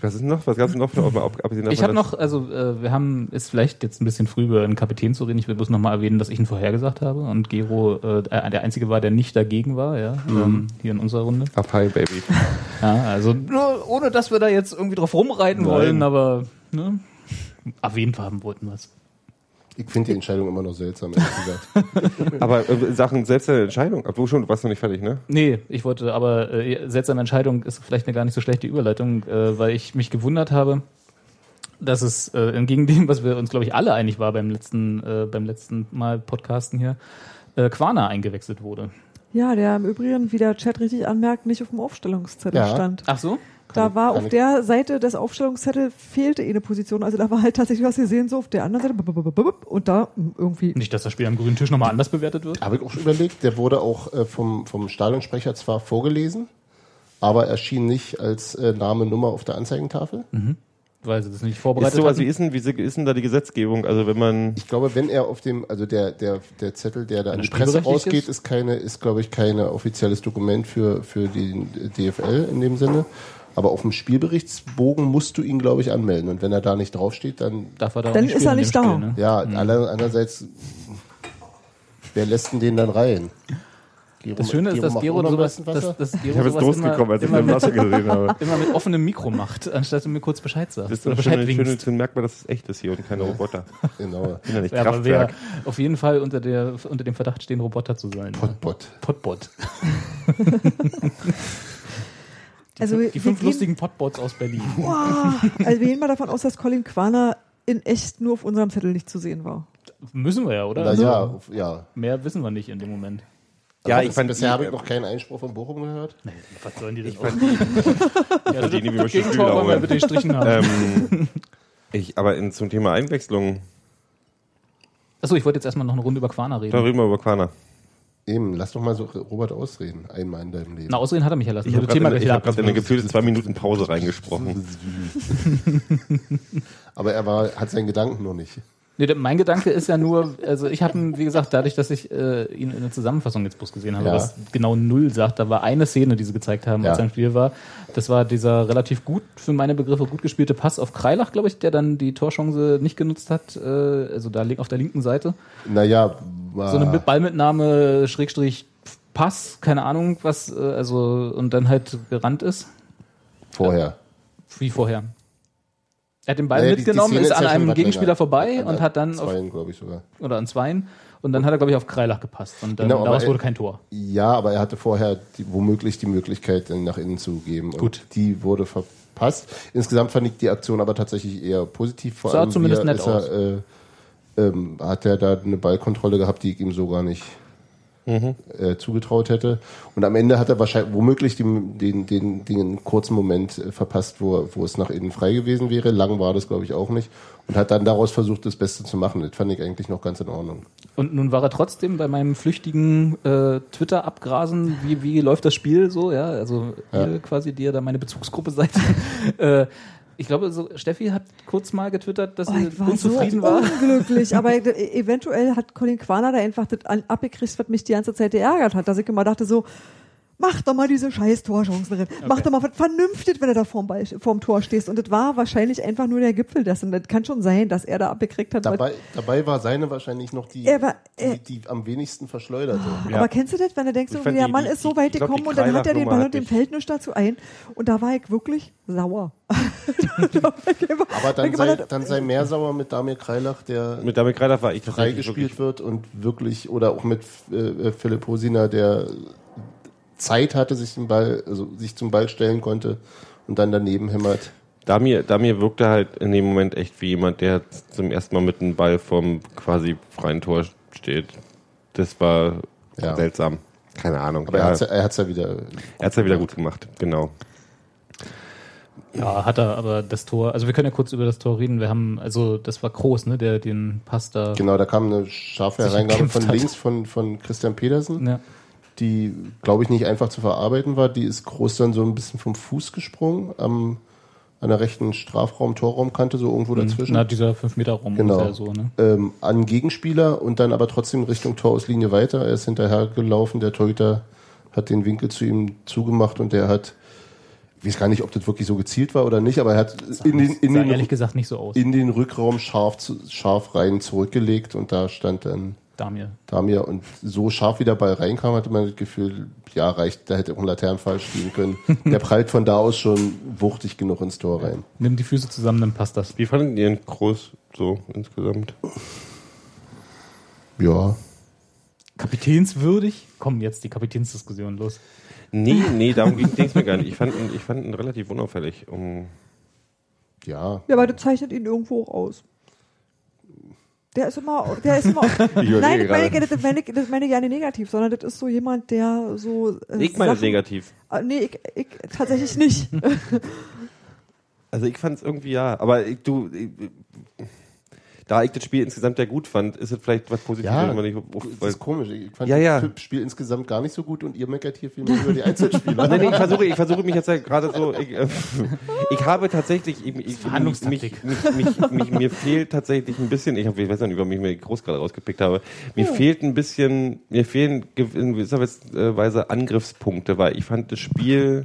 [SPEAKER 4] was ist noch? Was gab es noch für mal ab- abgesehen davon,
[SPEAKER 1] Ich habe
[SPEAKER 4] dass-
[SPEAKER 1] noch, also äh, wir haben, ist vielleicht jetzt ein bisschen früh über einen Kapitän zu reden. Ich will bloß nochmal erwähnen, dass ich ihn vorhergesagt habe und Gero äh, der Einzige war, der nicht dagegen war, ja,
[SPEAKER 4] Mhm.
[SPEAKER 1] ähm, hier in unserer Runde.
[SPEAKER 4] Up high, baby.
[SPEAKER 1] Ja, also nur, ohne, dass wir da jetzt irgendwie drauf rumreiten
[SPEAKER 4] Nein.
[SPEAKER 1] wollen, aber ne, erwähnt haben wollten wir es.
[SPEAKER 3] Ich finde die Entscheidung immer noch seltsam, ehrlich gesagt.
[SPEAKER 4] Aber äh, Sachen selbst eine Entscheidung. Obwohl schon, du warst noch nicht fertig, ne?
[SPEAKER 1] Nee, ich wollte, aber äh, seltsame Entscheidung ist vielleicht eine gar nicht so schlechte Überleitung, äh, weil ich mich gewundert habe, dass es äh, entgegen dem, was wir uns, glaube ich, alle einig war beim letzten, äh, beim letzten Mal Podcasten hier, äh, Quana eingewechselt wurde.
[SPEAKER 2] Ja, der im Übrigen, wie der Chat richtig anmerkt, nicht auf dem Aufstellungszettel
[SPEAKER 3] Ja.
[SPEAKER 2] stand.
[SPEAKER 1] Ach so?
[SPEAKER 2] Da war
[SPEAKER 3] kann
[SPEAKER 2] auf
[SPEAKER 3] ich-
[SPEAKER 2] der Seite des Aufstellungszettels fehlte eine Position. Also da war halt tatsächlich was gesehen, so auf der anderen Seite. bup, bup, bup, bup, Und da mm, irgendwie.
[SPEAKER 1] Nicht, dass das Spiel am grünen Tisch nochmal anders bewertet wird.
[SPEAKER 3] Habe ich auch schon überlegt. Der wurde auch äh, vom, vom Stadionsprecher zwar vorgelesen, aber erschien nicht als äh, Name, Nummer auf der Anzeigentafel.
[SPEAKER 1] Hm. Weil sie das nicht
[SPEAKER 4] Ist
[SPEAKER 1] vorbereitet
[SPEAKER 4] sowas, wie
[SPEAKER 1] hatten.
[SPEAKER 4] ist, denn, wie ist denn da die Gesetzgebung? Also wenn man...
[SPEAKER 3] Ich glaube, wenn er auf dem, also der, der, der Zettel, der da an die
[SPEAKER 1] er
[SPEAKER 3] Presse
[SPEAKER 1] spielberechtigt
[SPEAKER 3] rausgeht,
[SPEAKER 1] ist?
[SPEAKER 3] ist keine, ist glaube ich keine offizielles Dokument für, für den DFL in dem Sinne. Aber auf dem Spielberichtsbogen musst du ihn, glaube ich, anmelden. Und wenn er da nicht draufsteht, dann,
[SPEAKER 1] Darf er da auch
[SPEAKER 2] Dann ist er
[SPEAKER 1] spielen in
[SPEAKER 2] nicht
[SPEAKER 1] dem
[SPEAKER 2] da.
[SPEAKER 1] Spiel, ne?
[SPEAKER 3] ja, aller- andererseits, wer lässt denn den dann rein? Gero,
[SPEAKER 1] Das Schöne ist, dass
[SPEAKER 3] macht
[SPEAKER 1] Gero
[SPEAKER 3] auch noch
[SPEAKER 1] sowas,
[SPEAKER 3] ein bisschen
[SPEAKER 1] dass,
[SPEAKER 3] Wasser?
[SPEAKER 1] dass Gero
[SPEAKER 4] Ich habe jetzt
[SPEAKER 1] sowas
[SPEAKER 4] losgekommen, als ich
[SPEAKER 1] immer,
[SPEAKER 4] den
[SPEAKER 1] immer, mit,
[SPEAKER 4] Wasser gesehen habe.
[SPEAKER 1] immer mit offenem Mikro macht, anstatt du mir kurz Bescheid sagst.
[SPEAKER 4] Das ist
[SPEAKER 1] oder
[SPEAKER 4] doch schön,
[SPEAKER 1] Bescheid winkst.
[SPEAKER 4] schön, schön merkbar, dass es echt ist hier und keine Roboter.
[SPEAKER 3] Genau.
[SPEAKER 4] Bin ja nicht
[SPEAKER 1] Ja, aber wer
[SPEAKER 4] Kraftwerk.
[SPEAKER 1] auf jeden Fall unter, der, unter dem Verdacht stehen, Roboter zu sein. ne?
[SPEAKER 3] Potbot.
[SPEAKER 1] Potbot.
[SPEAKER 2] Also,
[SPEAKER 1] Die
[SPEAKER 2] wir
[SPEAKER 1] fünf
[SPEAKER 2] gehen-
[SPEAKER 1] lustigen Potbots aus Berlin.
[SPEAKER 2] Boah. also wir gehen mal davon aus, dass Colin Quaner in echt nur auf unserem Zettel nicht zu sehen war.
[SPEAKER 1] Müssen wir ja, oder?
[SPEAKER 3] Na
[SPEAKER 1] Also,
[SPEAKER 3] ja, auf- ja.
[SPEAKER 1] Mehr wissen wir nicht in dem Moment.
[SPEAKER 4] Ja,
[SPEAKER 3] Aber
[SPEAKER 4] ich
[SPEAKER 3] bis-
[SPEAKER 4] fand-
[SPEAKER 3] bisher habe
[SPEAKER 5] äh,
[SPEAKER 3] ich noch keinen Einspruch von Bochum gehört.
[SPEAKER 1] Was sollen die denn auch? ja, das,
[SPEAKER 4] verdiene, wie wir
[SPEAKER 1] das
[SPEAKER 4] Stühle
[SPEAKER 1] Gegentor wollen wir
[SPEAKER 4] holen.
[SPEAKER 1] bitte gestrichen haben.
[SPEAKER 4] ähm, ich, aber in, zum Thema Einwechslung,
[SPEAKER 1] Achso, ich wollte jetzt erstmal noch eine Runde über Quana
[SPEAKER 4] da
[SPEAKER 1] reden.
[SPEAKER 4] reden wir über Quana.
[SPEAKER 3] Eben, lass doch mal so Robert ausreden. Einmal in deinem Leben.
[SPEAKER 1] Na, ausreden hat er mich ja lassen. Also,
[SPEAKER 4] Ich habe
[SPEAKER 1] Thema
[SPEAKER 4] gerade
[SPEAKER 1] gleich
[SPEAKER 4] ich hab
[SPEAKER 1] ab.
[SPEAKER 4] grad in eine gefühlte zwei Minuten Pause reingesprochen.
[SPEAKER 3] Aber er war, hat seinen Gedanken noch nicht.
[SPEAKER 5] Nee, der- mein Gedanke ist ja nur, also ich habe ihn, wie gesagt, dadurch, dass ich äh, ihn in der Zusammenfassung jetzt bloß gesehen habe,
[SPEAKER 3] Ja.
[SPEAKER 5] was genau null sagt, da war eine Szene, die sie gezeigt haben, als
[SPEAKER 3] Ja.
[SPEAKER 5] er im Spiel war. Das war dieser relativ gut, für meine Begriffe, gut gespielte Pass auf Kreilach, glaube ich, der dann die Torchance nicht genutzt hat, äh, also da link- auf der linken Seite.
[SPEAKER 3] Naja,
[SPEAKER 5] So
[SPEAKER 3] Ah.
[SPEAKER 5] eine Mit- Ballmitnahme, Schrägstrich, Pass, keine Ahnung, was, äh, also, und dann halt gerannt ist,
[SPEAKER 3] vorher.
[SPEAKER 5] wie vorher. Er hat den Ball
[SPEAKER 3] Naja, die- die
[SPEAKER 5] mitgenommen,
[SPEAKER 3] Szene
[SPEAKER 5] ist an
[SPEAKER 3] ja schon
[SPEAKER 5] einem
[SPEAKER 3] was
[SPEAKER 5] Gegenspieler
[SPEAKER 3] länger.
[SPEAKER 5] vorbei
[SPEAKER 3] An
[SPEAKER 5] und hat dann auf
[SPEAKER 3] Zweien, glaube ich sogar.
[SPEAKER 5] oder an Zweien. Und dann hat er, glaube ich, auf Kreilach gepasst. Und dann,
[SPEAKER 3] Genau, aber
[SPEAKER 5] daraus
[SPEAKER 3] er-
[SPEAKER 5] wurde kein Tor.
[SPEAKER 3] Ja, aber er hatte vorher die, womöglich die Möglichkeit, dann nach innen zu geben.
[SPEAKER 5] Gut.
[SPEAKER 3] Und die wurde verpasst. Insgesamt fand ich die Aktion aber tatsächlich eher positiv. Vor
[SPEAKER 5] Sah
[SPEAKER 3] allem
[SPEAKER 5] zumindest
[SPEAKER 3] wie er-
[SPEAKER 5] nett
[SPEAKER 3] ist er, äh, ähm, hat er da eine Ballkontrolle gehabt, die ich ihm so gar nicht äh, zugetraut hätte. Und am Ende hat er wahrscheinlich womöglich den, den, den, den kurzen Moment äh, verpasst, wo, er- wo es nach innen frei gewesen wäre. Lang war das, glaube ich, auch nicht. Und hat dann daraus versucht, das Beste zu machen. Das fand ich eigentlich noch ganz in Ordnung.
[SPEAKER 5] Und nun war er trotzdem bei meinem flüchtigen äh, Twitter-Abgrasen, wie, wie läuft das Spiel so, ja, also ihr quasi, die ihr da meine Bezugsgruppe seid. äh, ich glaube, so, Steffi hat kurz mal getwittert, dass
[SPEAKER 2] Oh,
[SPEAKER 5] sie
[SPEAKER 2] ich war so
[SPEAKER 5] unzufrieden war.
[SPEAKER 2] unglücklich, aber e- eventuell hat Colin Quaner da einfach das an- abgekriegt, was mich die ganze Zeit geärgert hat, dass ich immer dachte so, mach doch mal diese scheiß Torchancen drin. Mach doch mal was Vernünftiges, wenn du da vorm, Ball, vorm Tor stehst. Und das war wahrscheinlich einfach nur der Gipfel dessen. Das kann schon sein, dass er da abgekriegt hat. weil-
[SPEAKER 3] Dabei, dabei war seine wahrscheinlich noch die,
[SPEAKER 2] Er war- er- Ah.
[SPEAKER 3] die, die am wenigsten verschleuderte.
[SPEAKER 4] Ja.
[SPEAKER 2] Aber kennst du das, wenn du denkst,
[SPEAKER 4] Ich
[SPEAKER 2] irgendwie,
[SPEAKER 4] fand
[SPEAKER 2] der
[SPEAKER 4] die-
[SPEAKER 2] Mann
[SPEAKER 4] die-
[SPEAKER 2] ist so
[SPEAKER 4] die-
[SPEAKER 2] weit
[SPEAKER 4] ich glaub,
[SPEAKER 2] gekommen
[SPEAKER 4] die
[SPEAKER 2] und dann hat er den
[SPEAKER 4] Kreilach-Nummer
[SPEAKER 2] Ball und
[SPEAKER 4] hat
[SPEAKER 2] dem
[SPEAKER 4] mich-
[SPEAKER 2] fällt nichts dazu ein. Und da war ich wirklich sauer.
[SPEAKER 3] Aber
[SPEAKER 2] aber
[SPEAKER 3] dann sei, dann sei mehr sauer mit Damir Kreilach, der
[SPEAKER 4] Mit Damit Kreidach war ich tatsächlich wirklich
[SPEAKER 3] freigespielt wird und wirklich, oder auch mit äh, Philipp Hosiner, der Zeit hatte, sich, den Ball, also sich zum Ball stellen konnte und dann daneben hämmert.
[SPEAKER 4] Damir, Damir wirkte halt in dem Moment echt wie jemand, der zum ersten Mal mit einem Ball vom quasi freien Tor steht. Das war
[SPEAKER 3] Ja.
[SPEAKER 4] seltsam. Keine Ahnung.
[SPEAKER 3] Aber
[SPEAKER 4] ja,
[SPEAKER 3] er hat's ja- er hat es ja wieder.
[SPEAKER 4] er hat's ja wieder gut gemacht, genau.
[SPEAKER 5] Ja, hat er, aber das Tor, also wir können ja kurz über das Tor reden. Wir haben, also das war groß, ne, der den Pass da.
[SPEAKER 3] Genau, da kam eine scharfe
[SPEAKER 5] Sich
[SPEAKER 3] Hereingabe von
[SPEAKER 5] gekämpft hat.
[SPEAKER 3] links von, von Christian Pedersen.
[SPEAKER 5] Ja.
[SPEAKER 3] die, glaube ich, nicht einfach zu verarbeiten war. Die ist groß dann so ein bisschen vom Fuß gesprungen, am, an der rechten Strafraum, Torraumkante, so irgendwo dazwischen.
[SPEAKER 5] Mhm. Na, dieser 5 Meter rum
[SPEAKER 3] Genau.
[SPEAKER 5] ungefähr so, ne?
[SPEAKER 3] ähm, an Gegenspieler und dann aber trotzdem Richtung Torauslinie weiter. Er ist hinterhergelaufen, der Torhüter hat den Winkel zu ihm zugemacht und der hat, ich weiß gar nicht, ob das wirklich so gezielt war oder nicht, aber er hat in den, in
[SPEAKER 5] Sah
[SPEAKER 3] den,
[SPEAKER 5] ehrlich gesagt nicht so aus.
[SPEAKER 3] in den Rückraum scharf, zu, scharf rein zurückgelegt und da stand dann
[SPEAKER 5] Damir.
[SPEAKER 3] Damir und so scharf wie der Ball reinkam, hatte man das Gefühl, ja, reicht, da hätte auch ein Laternenfall spielen können. Der prallt von da aus schon wuchtig genug ins Tor rein.
[SPEAKER 5] Nimm die Füße zusammen, dann passt das.
[SPEAKER 4] Wie fandet ihr ihn groß so insgesamt?
[SPEAKER 3] Ja.
[SPEAKER 5] Kapitänswürdig? Kommen jetzt die Kapitänsdiskussion los.
[SPEAKER 4] Nee, nee, darum ging es mir gar nicht. Ich fand ihn, ich fand ihn relativ unauffällig. Um,
[SPEAKER 3] Ja.
[SPEAKER 2] Ja, aber das zeichnet ihn irgendwo auch aus. Der ist immer, der ist immer. Nein, das meine, ich, das, meine ich, das meine ich ja nicht negativ, sondern das ist so jemand, der so. äh,
[SPEAKER 4] ich meine
[SPEAKER 2] Sachen-
[SPEAKER 4] negativ.
[SPEAKER 2] Ah, Nee, ich, ich tatsächlich nicht.
[SPEAKER 4] Also ich fand es irgendwie ja, aber ich, du, ich, da ich das Spiel insgesamt ja gut fand, ist es vielleicht was Positives,
[SPEAKER 3] Ja,
[SPEAKER 4] wenn man nicht auf,
[SPEAKER 3] Das ist komisch. Ich fand
[SPEAKER 4] Ja, ja.
[SPEAKER 3] das Spiel insgesamt gar nicht so gut und ihr meckert hier viel mehr über die Einzelspieler.
[SPEAKER 4] Nee, nee, ich versuche, ich versuche mich jetzt ja gerade so. Ich, äh, ich habe tatsächlich, ich, ich, mich, mich,
[SPEAKER 5] Verhandlungstaktik.
[SPEAKER 4] mich, mich, mir fehlt tatsächlich ein bisschen. Ich, hab, ich weiß nicht, über mich mir groß gerade rausgepickt habe. Mir fehlt ein bisschen, mir fehlen gew- in gewisser äh, Weise Angriffspunkte, weil ich fand das Spiel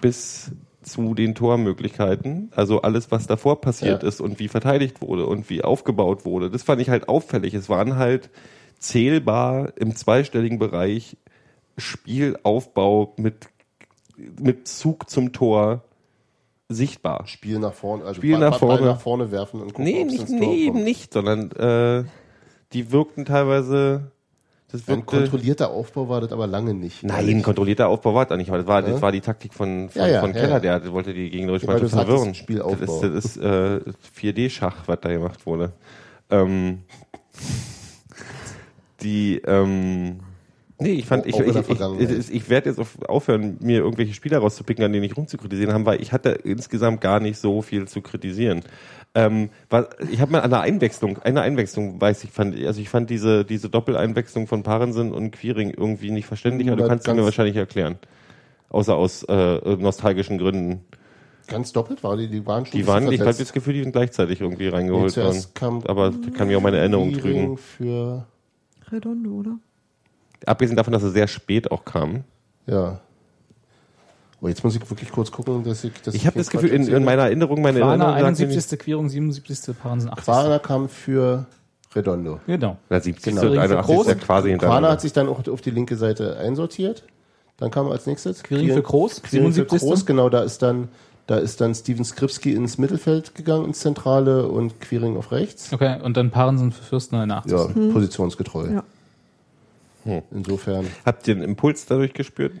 [SPEAKER 4] bis zu den Tormöglichkeiten, also alles, was davor passiert
[SPEAKER 3] Ja.
[SPEAKER 4] ist und wie verteidigt wurde und wie aufgebaut wurde, das fand ich halt auffällig. Es waren halt zählbar im zweistelligen Bereich Spielaufbau mit, mit Zug zum Tor sichtbar.
[SPEAKER 3] Spiel nach vorne, also
[SPEAKER 4] Spiel
[SPEAKER 3] Ball-
[SPEAKER 4] nach
[SPEAKER 3] Ball
[SPEAKER 4] vorne.
[SPEAKER 3] nach vorne werfen und gucken,
[SPEAKER 4] Nee,
[SPEAKER 3] ob's
[SPEAKER 4] nicht,
[SPEAKER 3] ins Tor
[SPEAKER 4] nee eben
[SPEAKER 3] kommt.
[SPEAKER 4] nicht, sondern äh, die wirkten teilweise. Das
[SPEAKER 3] Ein
[SPEAKER 4] wirkte.
[SPEAKER 3] kontrollierter Aufbau war das aber lange nicht.
[SPEAKER 4] Nein, kontrollierter Aufbau war da nicht, weil das war, das
[SPEAKER 3] Ja?
[SPEAKER 4] war die Taktik von, von,
[SPEAKER 3] Ja, ja,
[SPEAKER 4] von
[SPEAKER 3] ja,
[SPEAKER 4] Keller,
[SPEAKER 3] ja.
[SPEAKER 4] der wollte die gegnerische
[SPEAKER 3] Ja, weil
[SPEAKER 4] Mannschaft
[SPEAKER 3] du sagtest,
[SPEAKER 4] verwirren.
[SPEAKER 3] Spielaufbau.
[SPEAKER 4] Das ist, das ist äh, 4D-Schach, was da gemacht wurde. Ähm, die, ähm, nee, ich fand, ich,
[SPEAKER 3] Auch in
[SPEAKER 4] ich,
[SPEAKER 3] der
[SPEAKER 4] ich,
[SPEAKER 3] Vergangenheit.
[SPEAKER 4] ich, ich werde jetzt auf, aufhören, mir irgendwelche Spieler rauszupicken, an denen ich rumzukritisieren haben, weil ich hatte insgesamt gar nicht so viel zu kritisieren. Ähm, was, ich habe mal an der Einwechslung, eine Einwechslung, weiß ich, fand, also ich fand diese, diese Doppeleinwechslung von Parensen und Quiring irgendwie nicht verständlich, aber du
[SPEAKER 3] Aber
[SPEAKER 4] kannst sie mir
[SPEAKER 3] ganz-
[SPEAKER 4] wahrscheinlich erklären. Außer aus äh, nostalgischen Gründen.
[SPEAKER 3] ganz doppelt war die, die waren schon
[SPEAKER 4] Die waren, ich habe
[SPEAKER 3] versetzt.
[SPEAKER 4] das Gefühl, die sind gleichzeitig irgendwie
[SPEAKER 3] Nee,
[SPEAKER 4] reingeholt worden.
[SPEAKER 3] zuerst kam
[SPEAKER 4] Aber kann mir auch meine Erinnerung
[SPEAKER 3] Hearing
[SPEAKER 4] trügen.
[SPEAKER 3] für
[SPEAKER 2] Redondo, oder?
[SPEAKER 4] Abgesehen davon, dass er sehr spät auch kam.
[SPEAKER 3] ja. Oh, jetzt muss ich wirklich kurz gucken, dass ich dass
[SPEAKER 4] Ich habe
[SPEAKER 3] jetzt
[SPEAKER 4] das Gefühl, in,
[SPEAKER 3] Quatsch erzähle.
[SPEAKER 4] in meiner Erinnerung, meine
[SPEAKER 5] Warner
[SPEAKER 4] Erinnerung sagt mir nicht-
[SPEAKER 5] 71. Querung 77. Paaren 80.
[SPEAKER 3] Quaner kam für Redondo.
[SPEAKER 5] Genau.
[SPEAKER 4] Na, 70.
[SPEAKER 3] Genau.
[SPEAKER 4] und 81 ist ja quasi
[SPEAKER 3] Quaner
[SPEAKER 4] hintereinander.
[SPEAKER 3] hat sich dann auch auf die linke Seite einsortiert. Dann kam als nächstes
[SPEAKER 5] Quering für Groß,
[SPEAKER 3] Quering für
[SPEAKER 5] 77.
[SPEAKER 3] Groß, genau, da ist dann da ist dann Steven Skripski ins Mittelfeld gegangen, ins Zentrale und Quering auf rechts.
[SPEAKER 5] Okay, und dann Paaren sind für Fürsten in der 80.
[SPEAKER 3] Ja, positionsgetreu.
[SPEAKER 2] Ja.
[SPEAKER 4] Hm.
[SPEAKER 3] Insofern
[SPEAKER 4] Habt ihr einen Impuls dadurch gespürt?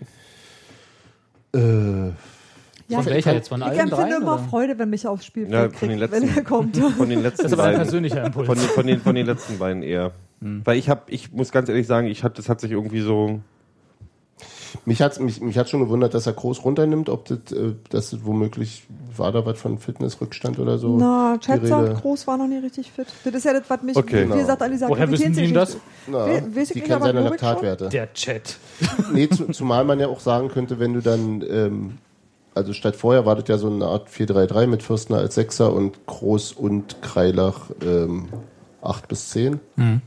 [SPEAKER 3] äh,
[SPEAKER 5] Von
[SPEAKER 2] ich,
[SPEAKER 5] welcher jetzt? Von
[SPEAKER 2] ich
[SPEAKER 5] allen
[SPEAKER 2] empfinde
[SPEAKER 5] dreien?
[SPEAKER 2] immer
[SPEAKER 5] oder?
[SPEAKER 2] Freude, wenn mich aufs Spielfeld
[SPEAKER 4] Ja, von
[SPEAKER 2] kriegt,
[SPEAKER 4] den letzten-
[SPEAKER 2] wenn er kommt.
[SPEAKER 4] Von den letzten
[SPEAKER 5] Das war ein
[SPEAKER 4] beiden.
[SPEAKER 5] persönlicher Impuls.
[SPEAKER 4] Von den, von, den, von den letzten beiden eher. Weil ich habe, ich muss ganz ehrlich sagen, ich hab, das hat sich irgendwie so.
[SPEAKER 3] Mich hat mich, mich hat's schon gewundert, dass er groß runternimmt, ob das, äh, das ist womöglich war da was von Fitnessrückstand oder so.
[SPEAKER 2] Na, Chat
[SPEAKER 3] die
[SPEAKER 2] sagt,
[SPEAKER 3] Rede.
[SPEAKER 2] Groß war noch nie richtig fit. Das ist ja das, was mich,
[SPEAKER 4] Okay. Genau.
[SPEAKER 2] wie gesagt, an dieser
[SPEAKER 5] Woher wissen die denn das?
[SPEAKER 3] Na,
[SPEAKER 2] We- weiß ich
[SPEAKER 3] die
[SPEAKER 2] nicht,
[SPEAKER 3] kennen
[SPEAKER 2] aber
[SPEAKER 3] seine
[SPEAKER 2] Logik schon.
[SPEAKER 3] Laktatwerte.
[SPEAKER 5] Der Chat.
[SPEAKER 3] Nee, zu, zumal man ja auch sagen könnte, wenn du dann, ähm, also statt vorher war das ja so eine Art 4-3-3 mit Fürstner als Sechser und Groß und Kreilach ähm, 8 bis 10.
[SPEAKER 5] Mhm.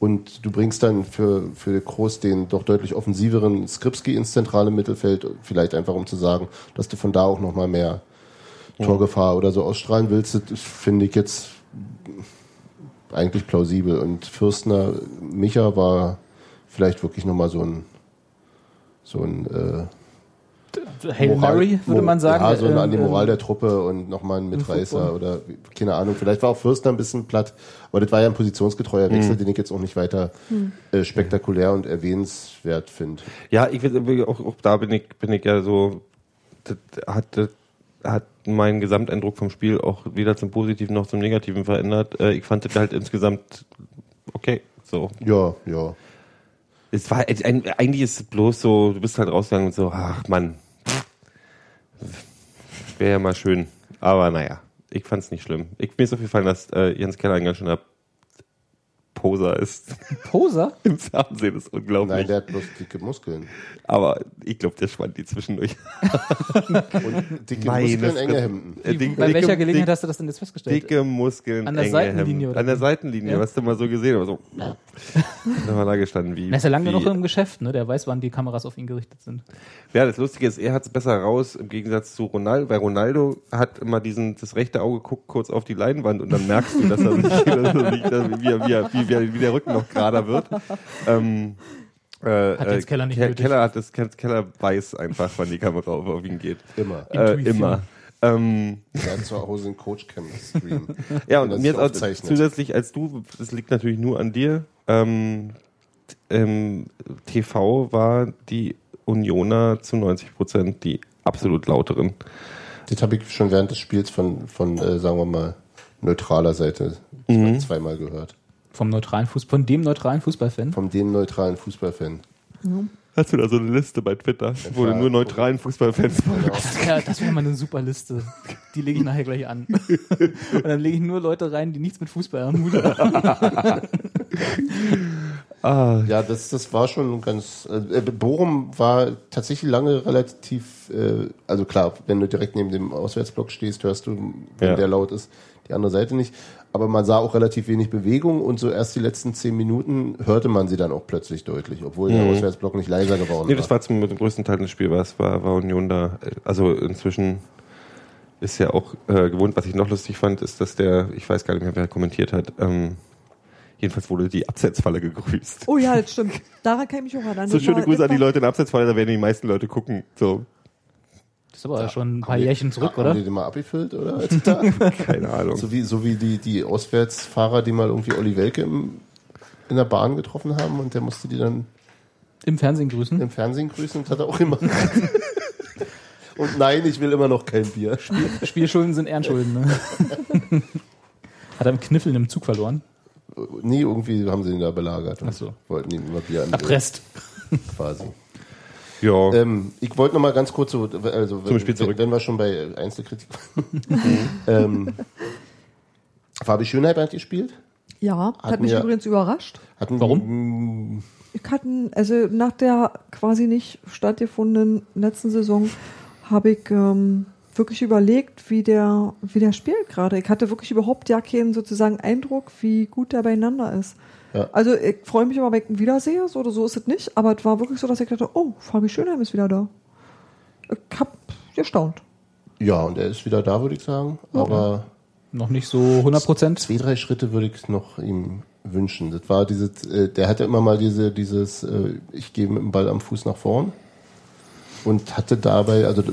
[SPEAKER 3] Und du bringst dann für, für Groß den doch deutlich offensiveren Skripski ins zentrale Mittelfeld, vielleicht einfach um zu sagen, dass du von da auch nochmal mehr Torgefahr oder so ausstrahlen willst. Das finde ich jetzt eigentlich plausibel. Und Fürstner, Micha war vielleicht wirklich nochmal so ein so ein äh,
[SPEAKER 5] Hail Mary, würde
[SPEAKER 3] Mo-
[SPEAKER 5] man sagen.
[SPEAKER 3] Ja, so eine, an die
[SPEAKER 5] Ähm,
[SPEAKER 3] Moral der Truppe und nochmal ein Mitreißer
[SPEAKER 5] Football.
[SPEAKER 3] oder keine Ahnung. Vielleicht war auch Fürster ein bisschen platt, aber das war ja ein positionsgetreuer Wechsel,
[SPEAKER 5] Mhm.
[SPEAKER 3] den ich jetzt auch nicht weiter äh, spektakulär und erwähnenswert finde.
[SPEAKER 4] Ja, ich will, auch, auch da bin ich, bin ich ja so. Das hat, das hat meinen Gesamteindruck vom Spiel auch weder zum Positiven noch zum Negativen verändert. Äh, Ich fand das halt insgesamt okay. So.
[SPEAKER 3] Ja, ja.
[SPEAKER 4] Es war ein, eigentlich ist es bloß so, du bist halt rausgegangen und so, ach Mann. Wäre ja mal schön. Aber naja, ich fand's nicht schlimm. Ich, mir ist aufgefallen, dass äh, Jens Keller ein ganz schöner Poser ist.
[SPEAKER 5] Poser?
[SPEAKER 4] Im Fernsehen ist unglaublich.
[SPEAKER 3] Nein, der hat bloß dicke Muskeln.
[SPEAKER 4] Aber ich glaube, der spannt die zwischendurch.
[SPEAKER 3] Und dicke
[SPEAKER 4] Meine
[SPEAKER 3] Muskeln, enge
[SPEAKER 4] Fresse.
[SPEAKER 3] Hemden.
[SPEAKER 4] Äh, dick-
[SPEAKER 5] Bei welcher
[SPEAKER 4] dicke-
[SPEAKER 5] Gelegenheit
[SPEAKER 4] dick-
[SPEAKER 5] hast du das denn jetzt festgestellt?
[SPEAKER 4] Dicke Muskeln.
[SPEAKER 5] An der
[SPEAKER 4] enge
[SPEAKER 5] Seitenlinie,
[SPEAKER 4] Hemden.
[SPEAKER 5] oder?
[SPEAKER 4] An der Seitenlinie,
[SPEAKER 5] Ja.
[SPEAKER 4] hast du mal so gesehen. Aber so, da war da gestanden wie.
[SPEAKER 5] Er ist ja lange
[SPEAKER 4] wie,
[SPEAKER 5] noch im Geschäft, ne? Der weiß, wann die Kameras auf ihn gerichtet sind.
[SPEAKER 4] Ja, das Lustige ist, er hat's besser raus im Gegensatz zu Ronaldo, weil Ronaldo hat immer diesen, das rechte Auge guckt kurz auf die Leinwand und dann merkst du, dass er sich, dass er sich dass, wie, er- wie, er- wie, er- wie der Rücken noch gerader wird. Ähm, äh,
[SPEAKER 5] Hat Jens Keller nicht
[SPEAKER 4] Ke-
[SPEAKER 5] nötig.
[SPEAKER 4] Keller hat das Jens Keller weiß einfach, wann die Kamera auf, auf ihn geht.
[SPEAKER 3] Immer.
[SPEAKER 4] Äh,
[SPEAKER 5] Intuition.
[SPEAKER 4] immer. Ähm,
[SPEAKER 3] Der hat zu Hause einen Coach-Cam-Stream.
[SPEAKER 4] ja, und
[SPEAKER 3] Wenn er
[SPEAKER 4] mir
[SPEAKER 3] sich
[SPEAKER 4] ist auch
[SPEAKER 3] aufzeichnet.
[SPEAKER 4] zusätzlich als du, das liegt natürlich nur an dir, ähm, t- ähm, TV war die Unioner zu 90 Prozent die absolut lauteren.
[SPEAKER 3] Das habe ich schon während des Spiels von, von äh, sagen wir mal, neutraler Seite zweimal gehört.
[SPEAKER 5] Vom neutralen Fußball, von dem neutralen Fußballfan.
[SPEAKER 3] Von den neutralen Fußballfan.
[SPEAKER 4] Hast du da so eine Liste bei Twitter, wo du
[SPEAKER 3] klar.
[SPEAKER 4] nur neutralen Fußballfans
[SPEAKER 5] Ja, das wäre mal eine super Liste. Die lege ich nachher gleich an. Und dann lege ich nur Leute rein, die nichts mit Fußball am Hut haben.
[SPEAKER 4] ah,
[SPEAKER 3] Ja, das, das war schon ganz. Äh, Bochum war tatsächlich lange relativ. Äh, also klar, wenn du direkt neben dem Auswärtsblock stehst, hörst du, wenn
[SPEAKER 4] Ja.
[SPEAKER 3] der laut ist, die andere Seite nicht. Aber man sah auch relativ wenig Bewegung und so erst die letzten zehn Minuten hörte man sie dann auch plötzlich deutlich, obwohl der Auswärtsblock nicht leiser geworden
[SPEAKER 4] Nee,
[SPEAKER 3] war.
[SPEAKER 4] das war zum mit dem größten Teil des Spiels, war, es war, war Union da. Also inzwischen ist ja auch äh, gewohnt. Was ich noch lustig fand, ist, dass der, ich weiß gar nicht mehr, wer kommentiert hat, ähm, jedenfalls wurde die Abseitsfalle gegrüßt.
[SPEAKER 2] Oh ja, das stimmt. Daran kann ich mich auch erinnern.
[SPEAKER 4] so
[SPEAKER 2] Das
[SPEAKER 4] schöne
[SPEAKER 2] war-
[SPEAKER 4] Grüße an
[SPEAKER 2] das
[SPEAKER 4] die
[SPEAKER 2] war-
[SPEAKER 4] Leute in der Abseitsfalle, da werden die meisten Leute gucken. So,
[SPEAKER 5] Das ist aber schon ein paar
[SPEAKER 3] Haben die-
[SPEAKER 5] Jährchen zurück,
[SPEAKER 3] haben
[SPEAKER 5] oder?
[SPEAKER 3] die den mal abgefüllt, oder? Als ich da?
[SPEAKER 4] keine Ahnung.
[SPEAKER 3] So wie, so wie die, die Auswärtsfahrer, die mal irgendwie Olli Welke im, in der Bahn getroffen haben und der musste die dann
[SPEAKER 5] Im Fernsehen grüßen.
[SPEAKER 3] im Fernsehen grüßen und hat er auch immer. und nein, ich will immer noch kein Bier.
[SPEAKER 5] Spielschulden sind Ehrenschulden, ne? Hat er im Kniffeln im Zug verloren.
[SPEAKER 3] Nee, irgendwie haben sie ihn da belagert und
[SPEAKER 5] Ach so.
[SPEAKER 3] wollten ihm immer Bier anbieten
[SPEAKER 5] Erpresst.
[SPEAKER 3] quasi.
[SPEAKER 4] ja.
[SPEAKER 3] Ähm, ich wollte noch mal ganz kurz so, also wenn,
[SPEAKER 4] Spiel zurück.
[SPEAKER 3] wenn wir schon bei Einzelkritik waren. ähm, Fabi Schönheit hat gespielt.
[SPEAKER 2] Ja, hat,
[SPEAKER 3] Hatten
[SPEAKER 2] mich
[SPEAKER 3] wir-
[SPEAKER 2] übrigens überrascht.
[SPEAKER 3] Hatten
[SPEAKER 5] Warum?
[SPEAKER 2] Ich hatte, also nach der quasi nicht stattgefundenen letzten Saison habe ich ähm, wirklich überlegt, wie der, wie der spielt gerade. Ich hatte wirklich überhaupt ja keinen sozusagen Eindruck, wie gut der beieinander ist.
[SPEAKER 3] Ja.
[SPEAKER 2] Also ich freue mich immer, wenn ich ihn wiedersehe, so oder so ist es nicht, aber es war wirklich so, dass ich dachte, oh, Fabi Schönheim ist wieder da. Ich hab gestaunt.
[SPEAKER 3] Ja, und er ist wieder da, würde ich sagen. Aber
[SPEAKER 5] Noch nicht so 100 Prozent.
[SPEAKER 3] zwei, drei Schritte würde ich noch ihm wünschen. Das war dieses, äh, der hatte immer mal diese, dieses, äh, ich gehe mit dem Ball am Fuß nach vorn und hatte dabei, also d-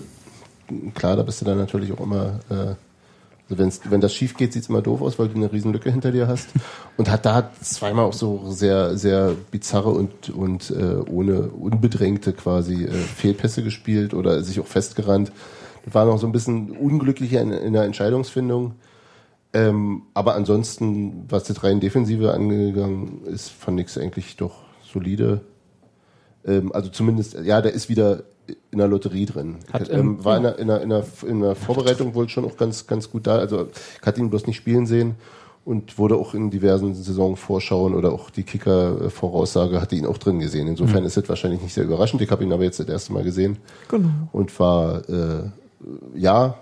[SPEAKER 3] klar, da bist du dann natürlich auch immer, äh, also wenn's, wenn das schief geht, sieht's immer doof aus, weil du eine riesen Lücke hinter dir hast. Und hat da zweimal auch so sehr, sehr bizarre und, und äh, ohne unbedrängte quasi äh, Fehlpässe gespielt oder sich auch festgerannt. Das war noch so ein bisschen unglücklicher in, in der Entscheidungsfindung. Ähm, aber ansonsten, was das rein Defensive angegangen ist, fand ich es eigentlich doch solide. Ähm, also zumindest, ja, der ist wieder in der Lotterie drin.
[SPEAKER 5] Hat, ähm,
[SPEAKER 3] ähm, war in, der, in, der, in, der, in der Vorbereitung wohl schon auch ganz, ganz gut da. Also ich hatte ihn bloß nicht spielen sehen und wurde auch in diversen Saisonvorschauen oder auch die Kicker-Voraussage hatte ihn auch drin gesehen. Insofern ist das wahrscheinlich nicht sehr überraschend. Ich habe ihn aber jetzt das erste Mal gesehen
[SPEAKER 2] Genau.
[SPEAKER 3] und war, äh, ja,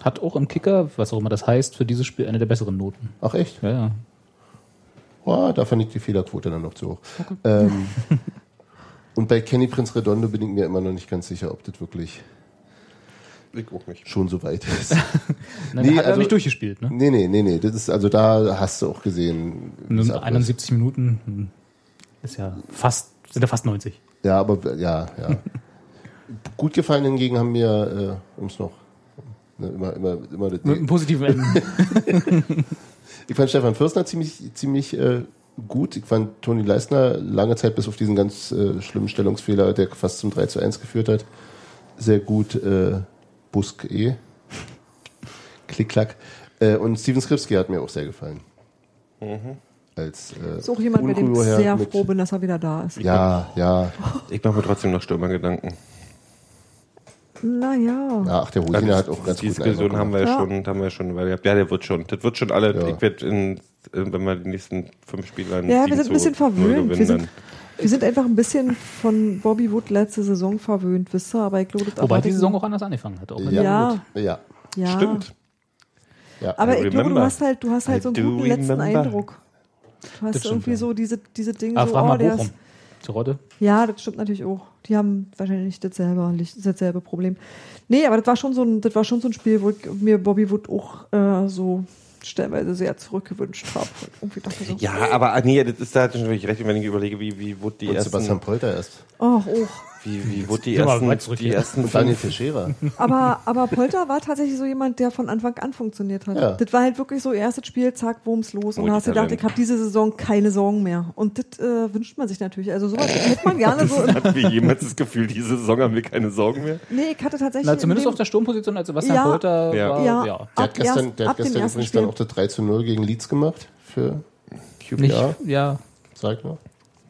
[SPEAKER 5] Hat auch im Kicker, was auch immer das heißt, für dieses Spiel eine der besseren Noten.
[SPEAKER 3] ach echt?
[SPEAKER 5] Ja, ja.
[SPEAKER 3] Boah, da fand ich die Fehlerquote dann noch zu hoch. Ähm, und bei Kenny Prince Redondo bin ich mir immer noch nicht ganz sicher, ob das wirklich
[SPEAKER 4] Ich auch nicht.
[SPEAKER 3] schon so weit ist.
[SPEAKER 5] Nein,
[SPEAKER 3] Nee,
[SPEAKER 5] hat er
[SPEAKER 3] also-
[SPEAKER 5] nicht durchgespielt, ne?
[SPEAKER 3] nee, nee, nee, nee. Das ist, also da hast du auch gesehen. wie es
[SPEAKER 5] Nur
[SPEAKER 3] abläuft.
[SPEAKER 5] 71 Also Minuten hm, ist ja fast, sind ja fast 90.
[SPEAKER 3] Ja, aber ja, ja. Gut gefallen hingegen haben mir, äh, um's noch. Ne, immer, immer, immer das,
[SPEAKER 5] Mit einem positiven Ende.
[SPEAKER 3] Ich fand Stefan Fürstner ziemlich, ziemlich äh, gut. Ich fand Toni Leisner lange Zeit bis auf diesen ganz äh, schlimmen Stellungsfehler, der fast zum 3 zu 1 geführt hat, sehr gut. Äh, Busk eh. Klick, klack. Äh, und Steven Skripski hat mir auch sehr gefallen.
[SPEAKER 4] Mhm.
[SPEAKER 3] Als äh,
[SPEAKER 2] Ist auch jemand, bei dem ich
[SPEAKER 3] Unruhe her
[SPEAKER 2] sehr
[SPEAKER 3] mit-
[SPEAKER 2] froh bin, dass er wieder da ist.
[SPEAKER 3] Ja, ja.
[SPEAKER 4] Ich mache mir trotzdem noch Stürmergedanken.
[SPEAKER 2] Naja.
[SPEAKER 3] ja ach, der Rosina hat auch ganz
[SPEAKER 4] Die
[SPEAKER 3] gut
[SPEAKER 4] Diskussion Also, haben wir ja
[SPEAKER 2] Ja.
[SPEAKER 4] schon, haben wir schon, weil ja, der wird schon. Das wird schon alle.
[SPEAKER 3] Ja.
[SPEAKER 4] Ich werde in, äh, wenn wir die nächsten fünf Spiele an
[SPEAKER 2] Ja, wir
[SPEAKER 4] 7
[SPEAKER 2] sind ein
[SPEAKER 4] zu
[SPEAKER 2] bisschen
[SPEAKER 4] 0
[SPEAKER 2] verwöhnt. Wir
[SPEAKER 4] gewinnen,
[SPEAKER 2] sind,
[SPEAKER 4] dann-
[SPEAKER 2] wir sind einfach ein bisschen von Bobby Wood letzte Saison verwöhnt, wisst ihr, aber ich glaube, das
[SPEAKER 5] Wobei
[SPEAKER 2] erwarte
[SPEAKER 5] die
[SPEAKER 2] ich-
[SPEAKER 5] Saison auch anders angefangen hat. Auch mit
[SPEAKER 3] Ja.
[SPEAKER 2] Ja.
[SPEAKER 3] Ja.
[SPEAKER 2] ja.
[SPEAKER 4] Stimmt.
[SPEAKER 3] ja.
[SPEAKER 2] Aber
[SPEAKER 4] I
[SPEAKER 2] ich glaube, du
[SPEAKER 4] remember.
[SPEAKER 2] hast halt, du hast halt
[SPEAKER 4] I
[SPEAKER 2] so einen
[SPEAKER 4] do
[SPEAKER 2] guten letzten
[SPEAKER 4] remember.
[SPEAKER 2] Eindruck. Du hast
[SPEAKER 5] stimmt,
[SPEAKER 2] irgendwie
[SPEAKER 5] ja.
[SPEAKER 2] so diese, diese Dinge
[SPEAKER 5] Ah,
[SPEAKER 2] so,
[SPEAKER 5] frag mal
[SPEAKER 2] oh, der
[SPEAKER 5] Bochum.
[SPEAKER 2] ist,
[SPEAKER 5] Zerotte.
[SPEAKER 2] ja, das stimmt natürlich auch. Die haben wahrscheinlich nicht dasselbe, nicht dasselbe Problem. Nee, aber das war schon so ein, das war schon so ein Spiel, wo ich mir Bobby Wood auch äh, so stellenweise sehr zurückgewünscht habe. Irgendwie dachte ich so,
[SPEAKER 4] Ja, aber ah, nee, das ist da hat er natürlich recht, wenn ich überlege, wie, wie wurde die
[SPEAKER 3] Und Sebastian
[SPEAKER 4] ersten,
[SPEAKER 3] Polter erst.
[SPEAKER 2] ach, oh.
[SPEAKER 4] wie, wie wurde die
[SPEAKER 5] Geh mal weit
[SPEAKER 4] ersten,
[SPEAKER 5] zurück
[SPEAKER 4] die
[SPEAKER 5] hier.
[SPEAKER 4] ersten
[SPEAKER 3] Und Daniel
[SPEAKER 4] fünf,
[SPEAKER 3] Teixeira.
[SPEAKER 2] Aber, aber Polter war tatsächlich so jemand, der von Anfang an funktioniert hat.
[SPEAKER 3] Ja. Oh,
[SPEAKER 2] Das war halt wirklich so, erstes Spiel, zack, Wurms los. Und da hast du gedacht,
[SPEAKER 4] Multitalent.
[SPEAKER 2] ich habe diese Saison keine Sorgen mehr. Und das äh, wünscht man sich natürlich. Also sowas hätte man gerne so. Im,
[SPEAKER 4] hatten wir jemals das Gefühl, diese Saison haben wir keine Sorgen mehr?
[SPEAKER 2] nee, ich hatte tatsächlich.
[SPEAKER 5] Na, zumindest
[SPEAKER 2] in
[SPEAKER 5] auf der Sturmposition als Sebastian
[SPEAKER 2] Ja.
[SPEAKER 5] Polter
[SPEAKER 4] Ja.
[SPEAKER 5] war,
[SPEAKER 2] ja,
[SPEAKER 5] ja.
[SPEAKER 3] Der
[SPEAKER 2] ab
[SPEAKER 3] hat gestern,
[SPEAKER 2] erst,
[SPEAKER 3] der
[SPEAKER 2] ab
[SPEAKER 3] hat
[SPEAKER 2] dem
[SPEAKER 3] gestern
[SPEAKER 2] ersten
[SPEAKER 3] übrigens
[SPEAKER 2] Spiel.
[SPEAKER 3] dann auch das 3 zu 0 gegen Leeds gemacht für QPR.
[SPEAKER 5] Nicht, ja.
[SPEAKER 3] Zeig mal.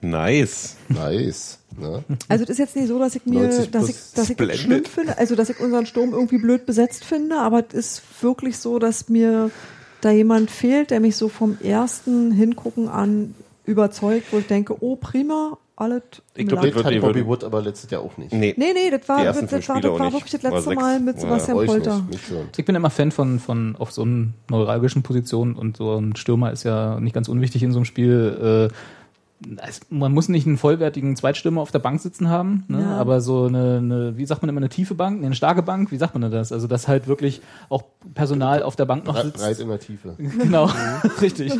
[SPEAKER 4] Nice.
[SPEAKER 3] Nice. Ne?
[SPEAKER 2] Also es ist jetzt nicht so, dass ich mir,
[SPEAKER 3] 90
[SPEAKER 2] dass ich,
[SPEAKER 3] plus
[SPEAKER 2] dass ich das
[SPEAKER 4] Splendid.
[SPEAKER 2] schlimm finde, also dass ich unseren Sturm irgendwie blöd besetzt finde, aber es ist wirklich so, dass mir da jemand fehlt, der mich so vom ersten Hingucken an überzeugt, wo ich denke, oh prima, alles.
[SPEAKER 4] Ich
[SPEAKER 2] im
[SPEAKER 4] glaub,
[SPEAKER 2] Land.
[SPEAKER 3] Das hat
[SPEAKER 4] die
[SPEAKER 3] Bobby
[SPEAKER 4] würden-
[SPEAKER 3] Wood aber letztes Jahr auch nicht.
[SPEAKER 4] Nee.
[SPEAKER 2] Nee, nee, das war,
[SPEAKER 4] Die
[SPEAKER 2] das,
[SPEAKER 4] ersten
[SPEAKER 2] das
[SPEAKER 4] fünf
[SPEAKER 2] war,
[SPEAKER 4] Spiele
[SPEAKER 2] das
[SPEAKER 4] auch
[SPEAKER 2] war
[SPEAKER 4] nicht.
[SPEAKER 2] wirklich das
[SPEAKER 4] Oder
[SPEAKER 2] letzte
[SPEAKER 4] sechs.
[SPEAKER 2] Mal mit
[SPEAKER 4] Ja,
[SPEAKER 2] Sebastian
[SPEAKER 3] Euch
[SPEAKER 2] Polter.
[SPEAKER 3] nicht, mich schon.
[SPEAKER 5] Ich bin immer Fan von, von auf so einen neuralgischen Positionen und so ein Stürmer ist ja nicht ganz unwichtig in so einem Spiel. Äh, es, man muss nicht einen vollwertigen Zweitstürmer auf der Bank sitzen haben, ne?
[SPEAKER 2] Ja.
[SPEAKER 5] aber so eine, eine, wie sagt man immer, eine tiefe Bank, nee, eine starke Bank, wie sagt man denn das? Also, dass halt wirklich auch Personal auf der Bank noch
[SPEAKER 3] Bre- Breit
[SPEAKER 5] sitzt.
[SPEAKER 3] in der Tiefe.
[SPEAKER 5] Genau, richtig.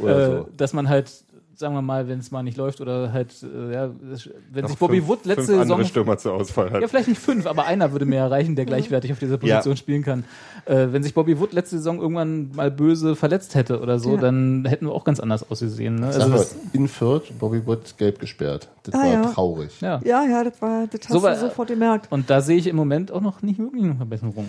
[SPEAKER 3] Oder
[SPEAKER 5] Äh,
[SPEAKER 3] so.
[SPEAKER 5] dass man halt, sagen wir mal, wenn es mal nicht läuft oder halt, äh, ja, das- wenn sich
[SPEAKER 4] Noch
[SPEAKER 5] Bobby
[SPEAKER 4] fünf-
[SPEAKER 5] Wood letzte
[SPEAKER 4] fünf andere
[SPEAKER 5] Saison
[SPEAKER 4] Stürmer zur Auswahl hat.
[SPEAKER 5] ja, vielleicht nicht fünf, aber einer würde mir ja reichen, der gleichwertig auf dieser Position
[SPEAKER 4] Ja.
[SPEAKER 5] spielen kann. Äh, wenn sich Bobby Wood letzte Saison irgendwann mal böse verletzt hätte oder so,
[SPEAKER 2] Ja.
[SPEAKER 5] dann hätten wir auch ganz anders ausgesehen. Ne?
[SPEAKER 3] Sag
[SPEAKER 5] Also
[SPEAKER 3] mal,
[SPEAKER 5] das,
[SPEAKER 3] in Fürth, Bobby Wood gelb gesperrt. Das
[SPEAKER 2] Ah,
[SPEAKER 3] war
[SPEAKER 2] ja.
[SPEAKER 3] traurig.
[SPEAKER 5] ja.
[SPEAKER 2] Ja, ja, das war, das hast
[SPEAKER 5] So war-
[SPEAKER 2] du sofort gemerkt.
[SPEAKER 5] Und da sehe ich im Moment auch noch nicht wirklich eine Verbesserung.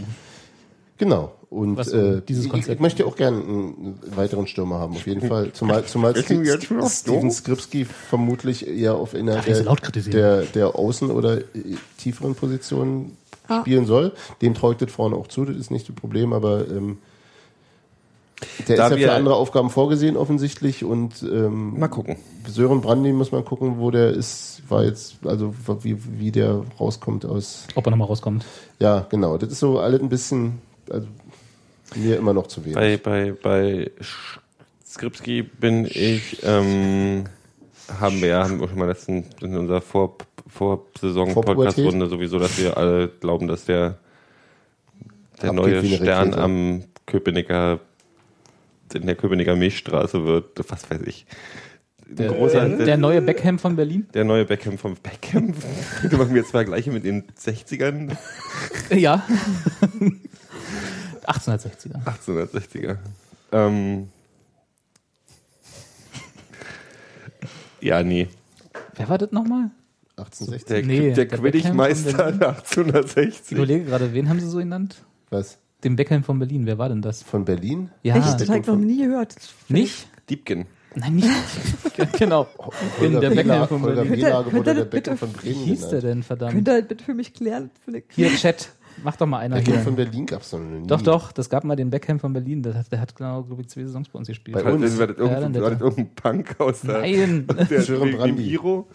[SPEAKER 3] Genau. Und
[SPEAKER 5] Was, um
[SPEAKER 3] äh,
[SPEAKER 5] dieses
[SPEAKER 3] ich,
[SPEAKER 5] Konzept?
[SPEAKER 3] ich möchte auch gerne einen weiteren Stürmer haben, auf jeden Fall. Zumal, zumal
[SPEAKER 4] Sprechen wir jetzt schon
[SPEAKER 3] Ste-
[SPEAKER 4] auf
[SPEAKER 3] Steven
[SPEAKER 4] Doro?
[SPEAKER 3] Skripski vermutlich eher auf einer
[SPEAKER 5] Darf ich so
[SPEAKER 3] der,
[SPEAKER 5] laut kritisieren?
[SPEAKER 3] der, der Außen- oder äh, tieferen Positionen spielen soll. Dem traue ich das vorne auch zu, das ist nicht das Problem, aber ähm, Der
[SPEAKER 4] Da
[SPEAKER 3] ist ja
[SPEAKER 4] wir-
[SPEAKER 3] für andere Aufgaben vorgesehen offensichtlich und ähm,
[SPEAKER 4] Mal gucken.
[SPEAKER 3] Sören Brandy muss man gucken, wo der ist, war jetzt, also wie, wie der rauskommt aus.
[SPEAKER 5] Ob er nochmal rauskommt.
[SPEAKER 3] Ja, genau. Das ist so alles ein bisschen, also mir immer noch zu wenig.
[SPEAKER 4] Bei, bei, bei Sch- Skripski bin ich, ähm, haben wir ja, haben wir schon mal letzten, in unserer Vor, Vorsaison-Podcast-Runde
[SPEAKER 3] Vorpubertät?
[SPEAKER 4] sowieso, dass wir alle glauben, dass der, der
[SPEAKER 3] Abgeht
[SPEAKER 4] neue
[SPEAKER 3] wie eine
[SPEAKER 4] Stern
[SPEAKER 3] Rakete.
[SPEAKER 4] am Köpenicker, in der Köpenicker Milchstraße wird, was weiß ich. Ein großer,
[SPEAKER 5] Der, der neue Beckham von Berlin?
[SPEAKER 4] der neue Beckham vom Beckham. Du machst mir jetzt Vergleiche mit den 60ern,
[SPEAKER 5] Ja. 1860er.
[SPEAKER 4] 1860er. Ähm. Ja, nee.
[SPEAKER 5] Wer war das nochmal?
[SPEAKER 3] 1860.
[SPEAKER 4] Der,
[SPEAKER 5] Nee,
[SPEAKER 4] der,
[SPEAKER 5] der
[SPEAKER 4] Quidditch-Meister
[SPEAKER 5] Beckham von
[SPEAKER 4] 1860.
[SPEAKER 5] Ich überlege gerade, wen haben sie so genannt?
[SPEAKER 3] Was?
[SPEAKER 5] Den Beckham von Berlin. Wer war denn das?
[SPEAKER 3] Von Berlin?
[SPEAKER 5] Ja,
[SPEAKER 2] Echt? Das habe ich noch nie gehört.
[SPEAKER 5] nicht?
[SPEAKER 4] Diebken.
[SPEAKER 5] Nein, nicht. genau. In der Beckham von
[SPEAKER 3] Holger
[SPEAKER 5] Berlin.
[SPEAKER 3] Bielage
[SPEAKER 2] Könnt ihr-
[SPEAKER 3] wurde
[SPEAKER 2] könnt ihr
[SPEAKER 3] der
[SPEAKER 2] das bitte-
[SPEAKER 3] Beckham von
[SPEAKER 5] Wie
[SPEAKER 3] Bremen
[SPEAKER 5] hieß der
[SPEAKER 3] genannt.
[SPEAKER 5] denn,
[SPEAKER 2] Könnt
[SPEAKER 5] verdammt?
[SPEAKER 2] ihr das halt bitte für mich klären? Finde ich-
[SPEAKER 5] Hier, Chat. Mach doch mal einer
[SPEAKER 3] Beckham
[SPEAKER 5] hier.
[SPEAKER 3] von Berlin gab es noch nie.
[SPEAKER 5] Doch, doch, das gab mal den Beckham von Berlin. Der hat, der hat genau, glaube ich, zwei Saisons bei uns gespielt.
[SPEAKER 3] Bei
[SPEAKER 4] War
[SPEAKER 3] uns?
[SPEAKER 4] das, war das
[SPEAKER 5] Ja, dann
[SPEAKER 4] Also, irgendein, war das
[SPEAKER 5] bitte.
[SPEAKER 4] irgendein Punk aus der...
[SPEAKER 5] Nein.
[SPEAKER 4] Der
[SPEAKER 3] Schören
[SPEAKER 4] wegen dem
[SPEAKER 3] Brandy.
[SPEAKER 4] Giro?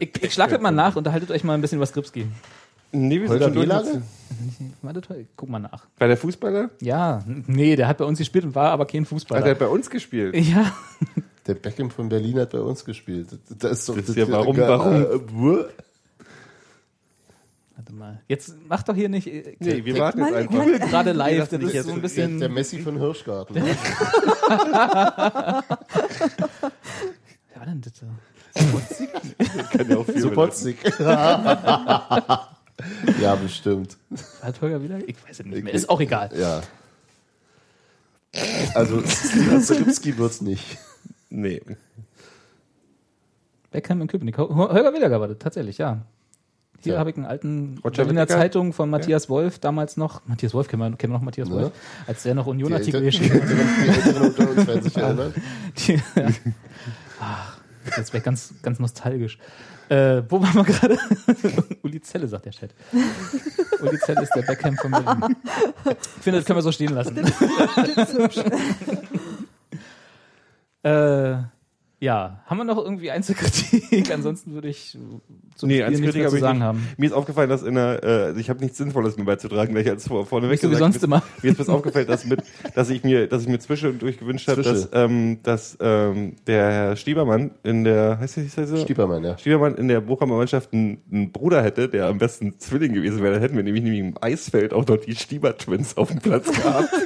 [SPEAKER 5] Ich, ich schlag das mal nach, unterhaltet euch mal ein bisschen über Skripski.
[SPEAKER 4] Nee, wir sind
[SPEAKER 3] Holger
[SPEAKER 4] schon durch.
[SPEAKER 3] Bielage?
[SPEAKER 5] Warte, toll, guck mal nach.
[SPEAKER 4] War der Fußballer?
[SPEAKER 5] Ja, n- nee, der hat bei uns gespielt und war aber kein
[SPEAKER 4] Ah, der
[SPEAKER 5] Fußballer.
[SPEAKER 4] hat bei uns gespielt.
[SPEAKER 5] Ja,
[SPEAKER 3] Der Beckham von Berlin hat bei uns gespielt. Das- Das ist doch
[SPEAKER 4] Das ist ja warum, warum?
[SPEAKER 3] Äh,
[SPEAKER 5] warte mal. Jetzt mach doch hier nicht äh,
[SPEAKER 4] Nee, wir warten jetzt
[SPEAKER 2] Mann,
[SPEAKER 4] einfach.
[SPEAKER 2] Mann.
[SPEAKER 5] gerade live,
[SPEAKER 4] lassen
[SPEAKER 5] das
[SPEAKER 4] dich
[SPEAKER 5] ist
[SPEAKER 4] jetzt
[SPEAKER 5] so ein
[SPEAKER 3] der, der
[SPEAKER 5] bisschen.
[SPEAKER 3] Messi von Hirschgarten. ne?
[SPEAKER 5] Wer war denn das? da?
[SPEAKER 4] Kann ja auch viel
[SPEAKER 3] So
[SPEAKER 4] mit-
[SPEAKER 3] potzig. ja, bestimmt.
[SPEAKER 5] War das Holger wieder? Ich weiß es nicht mehr.
[SPEAKER 3] Ich-
[SPEAKER 5] Ist auch egal.
[SPEAKER 3] Ja. Also, Skripski wird's nicht.
[SPEAKER 4] Nee.
[SPEAKER 5] Beckham in Köpenick. Ho- Holger Williger war das, tatsächlich, ja. Hier
[SPEAKER 3] Ja.
[SPEAKER 5] habe ich einen alten
[SPEAKER 4] Roger
[SPEAKER 5] Berliner
[SPEAKER 4] Whittaker?
[SPEAKER 5] Zeitung von Matthias Wolf, damals noch. Matthias Wolf, kennen wir, kennen wir noch Matthias
[SPEAKER 3] Ne?
[SPEAKER 5] Wolf? Als der noch
[SPEAKER 3] Die
[SPEAKER 5] Union-Artikel
[SPEAKER 3] Älteren, die
[SPEAKER 5] geschrieben
[SPEAKER 3] Älteren unter uns werden sich erinnern.
[SPEAKER 5] hat. Die- ja. Ach, jetzt wäre ganz, ganz nostalgisch. Äh, wo waren wir gerade? Uli Zelle, sagt der Chat. Uli Zelle ist der Beckham von Berlin. Ich finde, das können wir so stehen lassen. äh, ja, haben wir noch irgendwie Einzelkritik? Ansonsten würde ich zu
[SPEAKER 4] Nee,
[SPEAKER 5] Spiel nichts
[SPEAKER 4] Einzelkritik
[SPEAKER 5] mehr
[SPEAKER 4] habe
[SPEAKER 5] zu
[SPEAKER 4] ich
[SPEAKER 5] sagen
[SPEAKER 4] nicht.
[SPEAKER 5] haben.
[SPEAKER 4] Mir ist aufgefallen, dass in der, äh, also ich habe nichts Sinnvolles mir beizutragen, gleich als vor, vorneweg
[SPEAKER 5] Nicht so wie
[SPEAKER 4] gesagt.
[SPEAKER 5] sonst
[SPEAKER 4] Mir ist-
[SPEAKER 5] immer.
[SPEAKER 4] Mir ist was aufgefallen, dass, mit, dass ich mir, dass ich mir zwischendurch gewünscht habe,
[SPEAKER 3] Zwische.
[SPEAKER 4] dass, ähm, dass ähm, der Herr Stiebermann in der, heißt der, heißt der so?
[SPEAKER 3] Stiepermann, ja.
[SPEAKER 4] Stiebermann in der Bochumer Mannschaft einen, einen Bruder hätte, der am besten Zwilling gewesen wäre, dann hätten wir nämlich, nämlich im Eisfeld auch noch die Stieber-Twins auf dem Platz gehabt.